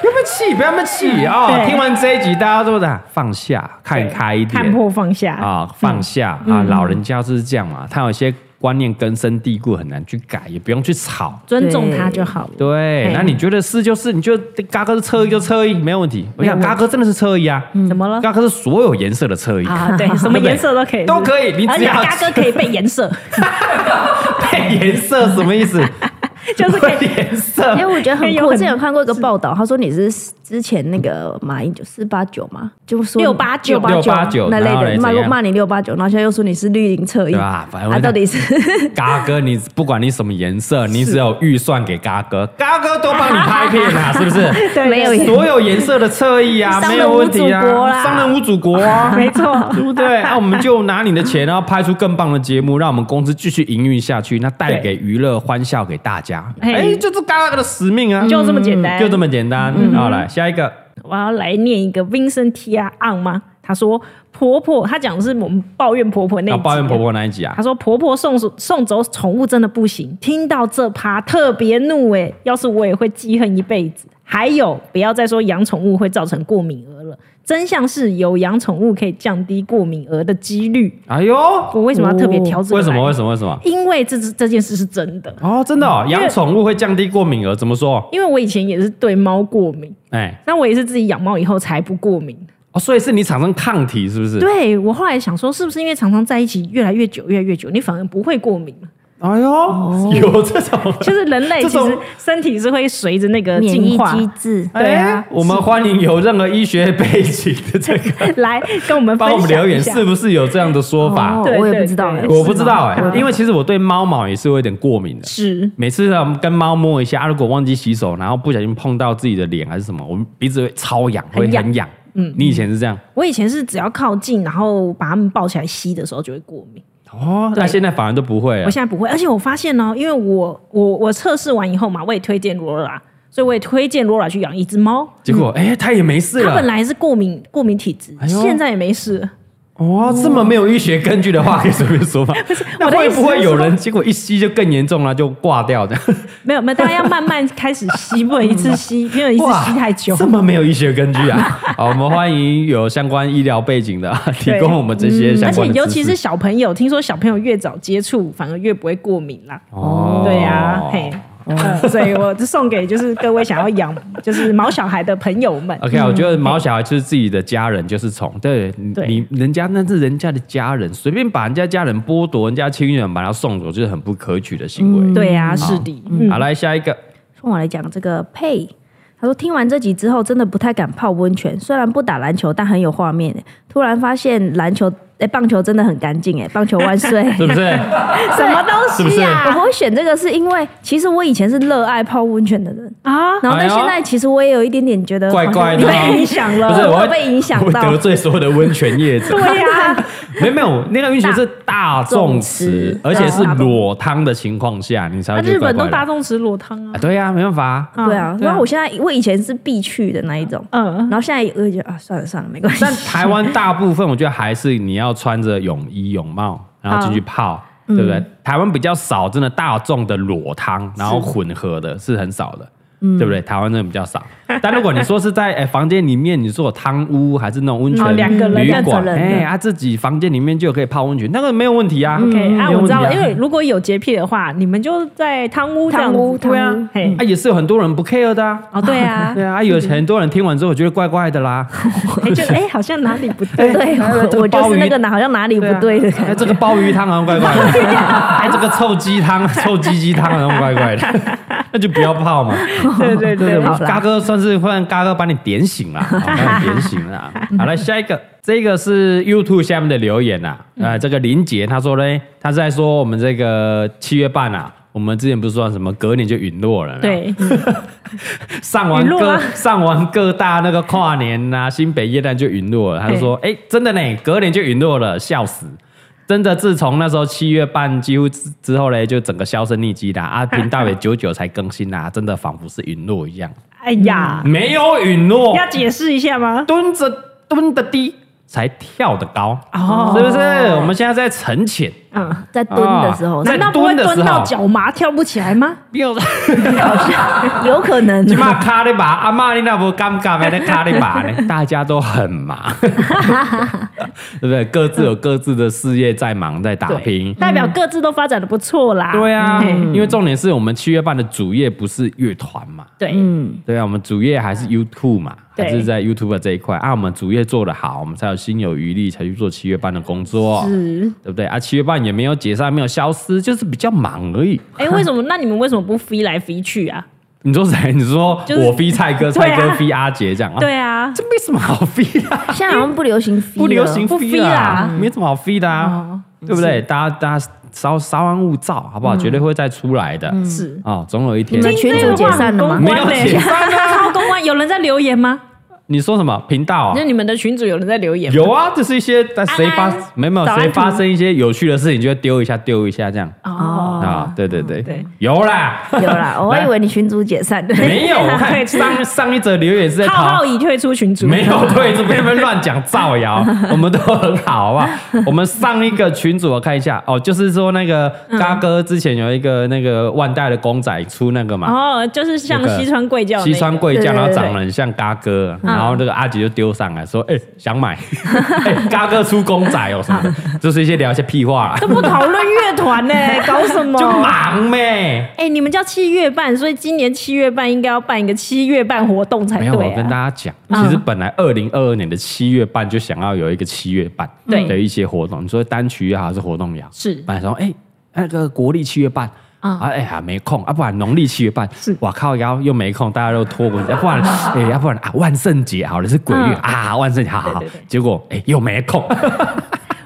不要被气，不要被气哦！
对
听完这一集，大家都的放下，看开一点，
看破放下
啊，放下啊！老人家就是这样嘛，他有些观念根深蒂固，很难去改，也不用去吵。
尊重他就好了。
(laughs) 对
嘿，
那你觉得是就是，你就嘎哥是侧翼就侧翼，没有问题。我想嘎哥真的是侧翼啊，
怎么了？
嘎哥是所有颜色的侧翼，
啊，
(laughs)
对，什么颜色都可以，
都可以你只
而且
要
哎嘎哥可以被
(laughs)
颜色，
配颜色什么意思？
就是可以
配颜色
(laughs) 哎、我觉得很
有很
酷。我之前有看过一个报道，他说你是之前那个马英九四八九嘛，就说你
689
689
那类
然后嘞
的，骂
怎样
骂你六八九，然后现在又说你是绿营侧翼，
对吧反正
他到底是 (laughs)
嘎哥，你不管你什么颜色，你只有预算给嘎哥，嘎哥都帮你拍片啊，是不是？
对
没有颜
所有颜色的侧翼啊，
商人
没有问题
无祖国啦
啊，商人无祖国啊，
没错，
对不对？啊那我们就拿你的钱，然后拍出更棒的节目，让我们公司继续营运下去，那带给娱乐欢笑给大家。
嘿
哎，就是嘎哥的使命啊，
就这么简单
就这么简单。好，来下一个，
我要来念一个 Vincent T R on 吗？他说婆婆，他讲的是我们抱怨婆婆那一
要
集
抱怨婆。婆那一集啊
他，说婆婆送送走宠物真的不行，听到这趴特别怒哎、要是我也会记恨一辈子。还有，不要再说养宠物会造成过敏儿了，真相是有养宠物可以降低过敏儿的几率。
哎呦，
我为什么要特别挑这个、
为什么？为？什么？为什么？
因为这这这件事是真的，
哦，真的哦，养宠物会降低过敏儿，怎么说？
因为我以前也是对猫过敏，
哎，
那我也是自己养猫以后才不过敏。
哦，所以是你产生抗体，是不是？
对我后来想说，是不是因为常常在一起越来越久，越来越久，你反而不会过敏
(laughs)
了？
哎呦，有这种。
哦就是人类
这
其
种
实身体是会随着那个
免疫
进化
机制。
对啊
哎我们欢迎有任何医学背景的这
(laughs)
个
来跟我们分
帮我们留
享一
言，
下。
是不是有这样的说法
哦？
对
我也
对
不知道哎、
对
我不知道哎
是吗，
因为其实我对猫毛也是有点过敏的。
是
每次啊跟猫摸一下，啊如果忘记洗手，然后不小心碰到自己的脸还是什么，我们鼻子会超痒，
很
会
痒
很痒。嗯，你以前是这样
我以前是只要靠近，然后把它们抱起来吸的时候就会过敏。
哦，那现在反而都不会
我
了。
现在不会，而且我发现呢、因为我我我测试完以后嘛，我也推荐罗拉，所以我也推荐罗拉去养一只猫。
结果哎，它也没事
它嗯本
了。
来是过敏过敏体质，
哎呦
现在也没事了。
哦，这么没有医学根据的话，可以随便
(laughs)
说吧。那
我的
会
意思
不会
是
有
说
人结果一吸就更严重了，就挂掉的？
没有没有，大家要慢慢开始吸，不能一
(laughs)
次吸，不能一次吸太久。
这么没有医学根据啊！好，我们欢迎有相关医疗背景的 (laughs) 啊提供我们这些
而
相
且
关的知识。
尤其是小朋友，听说小朋友越早接触，反而越不会过敏啦。
哦
对呀、嘿。呃所以我就送给就是各位想要养就是毛小孩的朋友们。
OK 啊，我觉得毛小孩就是自己的家人，就是宠。对，你
嗯对
你人家那是人家的家人，随便把人家家人剥夺，人家亲人把他送走，就是很不可取的行为。
对呀、是的，嗯，
好，来下一个，
跟我来讲这个配。他说听完这集之后，真的不太敢泡温泉。虽然不打篮球，但很有画面。突然发现篮球，哎、棒球真的很干净哎，棒球万 (laughs) 岁！
是不
(laughs)
是？
什么东
是不是
西啊？
我会选这个是因为，其实我以前是热爱泡温泉的人，
啊，
然后
哎
但
呦
现在其实我也有一点点觉得
怪怪的
好像
哦
(laughs)
被影响
(laughs)
了，
不是，
我
会
会被影响
我会
到
得。罪所有的温泉业者。
对啊呀、
没有没有，那个温泉是大众池
众池，
而且是
对
裸汤的情况下，你才
那
会觉
日
得怪
本
怪
都
的。
大
啊，
众吃裸汤啊，
对呀，没办法啊。
对啊，
对啊
然后我现在我以前是必去的那一种，
嗯
然，后现在我就觉得啊，算了算了，没关系。
(laughs)
(laughs)
但台湾大部分，我觉得还是你要穿着泳衣泳帽，然后进去泡，
嗯
对不对？台湾比较少，真的大众的裸汤，然后混合的是很少的，
嗯
对不对？台湾真的比较少。但如果你说是在 (laughs) 哎房间里面，你说有汤屋还是那种温
哦
泉
两个人
旅
两个
馆，
人
哎
的
啊自己房间里面就可以泡温泉，那个没有问题啊。
OK 啊，
没有
我
问
知
题
道
啊
了，因为如果有洁癖的话，你们就在汤屋这样
汤屋
子，对
汤
啊
屋，
嘿
啊，也是有很多人不 care 的啊。
哦，对啊，
对啊，有很多人听完之后觉得怪怪的啦。
哎，就哎，好像哪里不对，
对，我我就是那个哪好像哪里不对的感
哎，
觉。
这个鲍鱼汤好像怪怪
(laughs)
的，哎，这个臭鸡汤、臭鸡鸡汤好像怪怪的，那就不要泡嘛。
对对对
对，
好啦
嘎哥算是忽然嘎哥把你点醒
(laughs)
了，好把你点醒了。啊好来下一个，这个是 YouTube 下面的留言呐、啊，
嗯
呃，这个林杰他说呢，他是在说我们这个七月半啊。我们之前不是说什么隔年就陨落了？有没有，
对，
上完
陨落啊
各
吗
(laughs) 上完各大那个跨年呐、新北夜诞就陨落了。他就说：“哎、真的呢，隔年就陨落了，笑死！真的，自从那时候七月半几乎之之后嘞，就整个销声匿迹啦。
(laughs)
啊，频道也久久才更新啊啦，真的仿佛是陨落一样，
哎呀，
没有陨落，
要解释一下吗？
蹲着蹲的低，才跳得高，
哦
是不是？我们现在在沉潜，
嗯，
在蹲的时候，
啊哦
难
在
道不会
蹲的时
蹲到
候
脚麻跳不起来吗？
没有。
有可
(laughs)
能
起码卡里巴，阿妈你那不尴尬没？那卡里
(laughs)
巴呢？大家都很忙，对不对？各自有各自的事业在忙，在打拼。
代表各自都发展的不错啦。
嗯对啊，
嗯
因为重点是我们七月半的主业不是乐团嘛，
对，
嗯，
对啊，我们主业还是 YouTube 嘛，
对
还是在 YouTube 这一块啊。我们主业做得好，我们才有心有余力才去做七月半的工作，
是。
对不对？啊，七月半也没有解散，没有消失，就是比较忙而已。
哎，为什么？ (laughs) 那你们为什么不飞来飞去啊？
你说谁？你说
就是
我飞蔡哥，
对
蔡
啊
哥飞阿杰这样啊？
对啊，
这没什么好飞啊。
现在好像不流行 fee
不流行
了
不
free
free
啦
啦，
没什么好 free 的
哦
啊，对不对？大家大家稍稍安勿躁，好不好？绝对会再出来的
是。
啊，总有一天
嗯你。们群主解散了吗
公关
没有解
呢？ (laughs) 超公关，有人在留言吗？
你说什么频道啊
就？你们的群主有人在留言吗？
有啊，这是一些但谁发
安安
没有没有
早安
谁发
图
生一些有趣的事情，就会丢一下丢一下这样
哦，
啊，对对对
对，
有
(laughs)
啦，
有
(laughs)
啦，我还以为你群主解散了。 (laughs)
没有？我
可 (laughs)
看
以出
上上一则留言是在
浩
讨
浩已退出群组，
没有对，这边乱讲造谣，我们都很好，好不好？我们上一个群组我看一下哦，就是说那个嘎哥之前有一个那个万代的公仔出那个嘛，
哦，就是像
那个
西川贵教那个，
西川贵
对
将，
对
然后
对
长得很像嘎哥，然后这个阿杰就丢上来说，哎，想买， (laughs) 哎，嘎哥出公仔哦什么的，就是一些聊一些屁话啦
都，不讨论乐
(laughs)
团呢，搞什么？
就忙呗。
哎、你们叫七月半，所以今年七月半应该要办一个七月半活动才
没
对、
有，
啊。
我跟大家讲，
嗯
其实本来二零二二年的七月半就想要有一个七月半
对
的一些活动，你说单曲也好还是活动也好，
是
本来说哎、那个国历七月半。
嗯
啊，哎呀，没空啊，不然农历七月半，
是
哇靠，然后又没空，大家都拖过去，要不
(laughs)
然，哎，要不然啊，万圣节好了是鬼月
嗯
啊，万圣节好好，好
对对对
结果哎又没
(laughs)
空，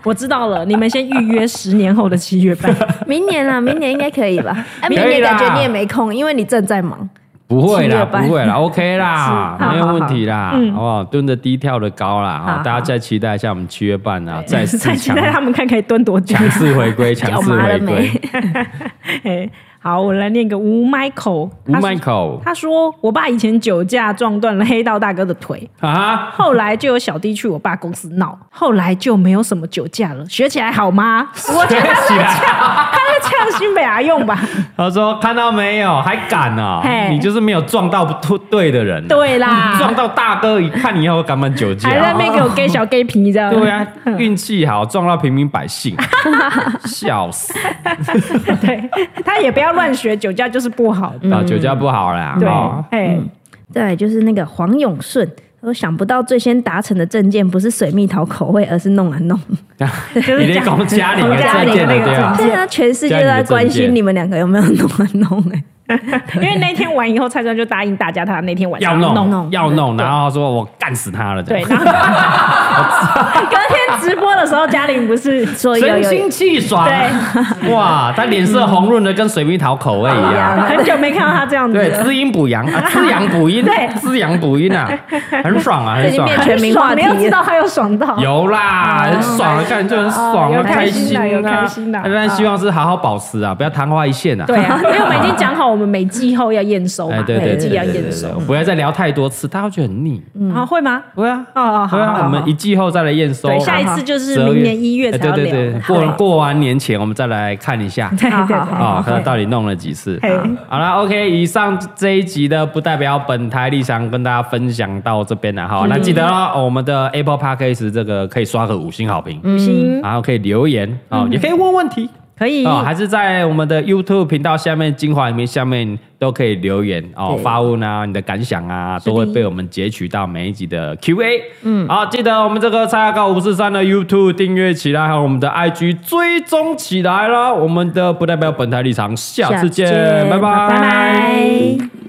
我知道了，你们先预约十年后的七月半。
明年啊，明年应该可
(laughs)
以吧？哎，明
可以
年
啦
感觉你也没空，因为你正在忙。
不会
七
啦，
月半
不会
(laughs)
啦，OK 啦，
是好
没有问题啦，
嗯
好不好？蹲的低，跳的高啦，
好
啊，
好
大家再期待一下我们七月半
哦
啊，再次
(laughs) 再期
强 (laughs)
待他们看可以蹲多久。
强
(laughs)
势回归，强
脚
势
麻了
回归
没。？
哎，好，我来念个吴 Michael。
吴
他说
Michael
他说：“我爸以前酒驾撞断了黑道大哥的腿，
啊，
后来就有小弟去我爸公司闹，后来就没有什么酒驾了，学起来好吗？”
(laughs)
我觉得他
起来。
在呛新北阿用吧？
(laughs) 他说：“看到没有，还敢啊、
嘿
你就是没有撞到不对的人、啊
对啦，
撞到大哥，一看你要敢不敢酒
啊还在那
驾？
边给我 gay 小 gay 皮这样。
啊 (laughs) 对啊，运气好撞到平民百姓，, (laughs) 笑死！
(laughs) 对，他也不要乱学，酒驾就是不好。
啊，酒驾不好啦，
嗯对
哦，
哎，
再来就是那个黄永顺，他说想不到最先达成的证件不是水蜜桃口味，而是弄啊弄。
就是
你在
讲
讲家里
我
的
家里
证件
那
对
个
吧
证？
对啊，全世界都在关心你们两个有没有弄啊弄哎、
因为那天完以后，蔡川就答应大家，他那天晚
要
上
弄
弄
要弄，然后他说我干死他了，这
(laughs) 对，
样
然后隔天直播的时候，嘉玲不是说有
神
有
清气爽， (laughs) 哇，他脸色红润的跟水蜜桃口味一样。”
很久没看到他这样子
对，
了，
滋阴补阳啊，滋阳补阴，
(laughs) 对
滋阳补阴啊，很爽啊，很
已经
爽、
变
啊。
全民话
没
题
有知
了。
道他有爽
(laughs)
到，
有啦，很爽啊，看就很爽啊，
哦有开
心
心
啊
啦，有开心啦
但希望是好好保持啊，不要昙花一现啊。
对 (laughs) 啊，因为我们已经讲好，我们每季后要验收
哎，
嘛，
对对
每
对
季要
对对
验
对，
收，
我不要再聊太多次，大家会觉得很腻。
啊，会吗？
对啊，
哦，好
对
好
啊，
好
我们一季后再来验收
对，。下一次就是明年一月
哎
才
对
要
对
聊，
对，
好
过过完年前我们再来看一
(laughs)
下。
对对
好
对
好好
啊，看他到底弄了几次
嘿。
好了，OK，以上这一集的不代表本台立场，跟大家分享到这边了哈。
嗯
那记得哦，我们的 Apple Podcast 这个可以刷个五星好
嗯
评，
行，
然后可以留言啊，也可以问问题
可以，
哦，还是在我们的 YouTube 频道下面精华里面下面都可以留言哦，
对
发问啊，你的感想啊，都会被我们截取到每一集的 Q&A。嗯，好，记得我们这个蔡阿高五四三的 YouTube 订阅起来，还有我们的 IG 追踪起来啦。我们的不代表本台立场，下次见，
下次见
拜
拜拜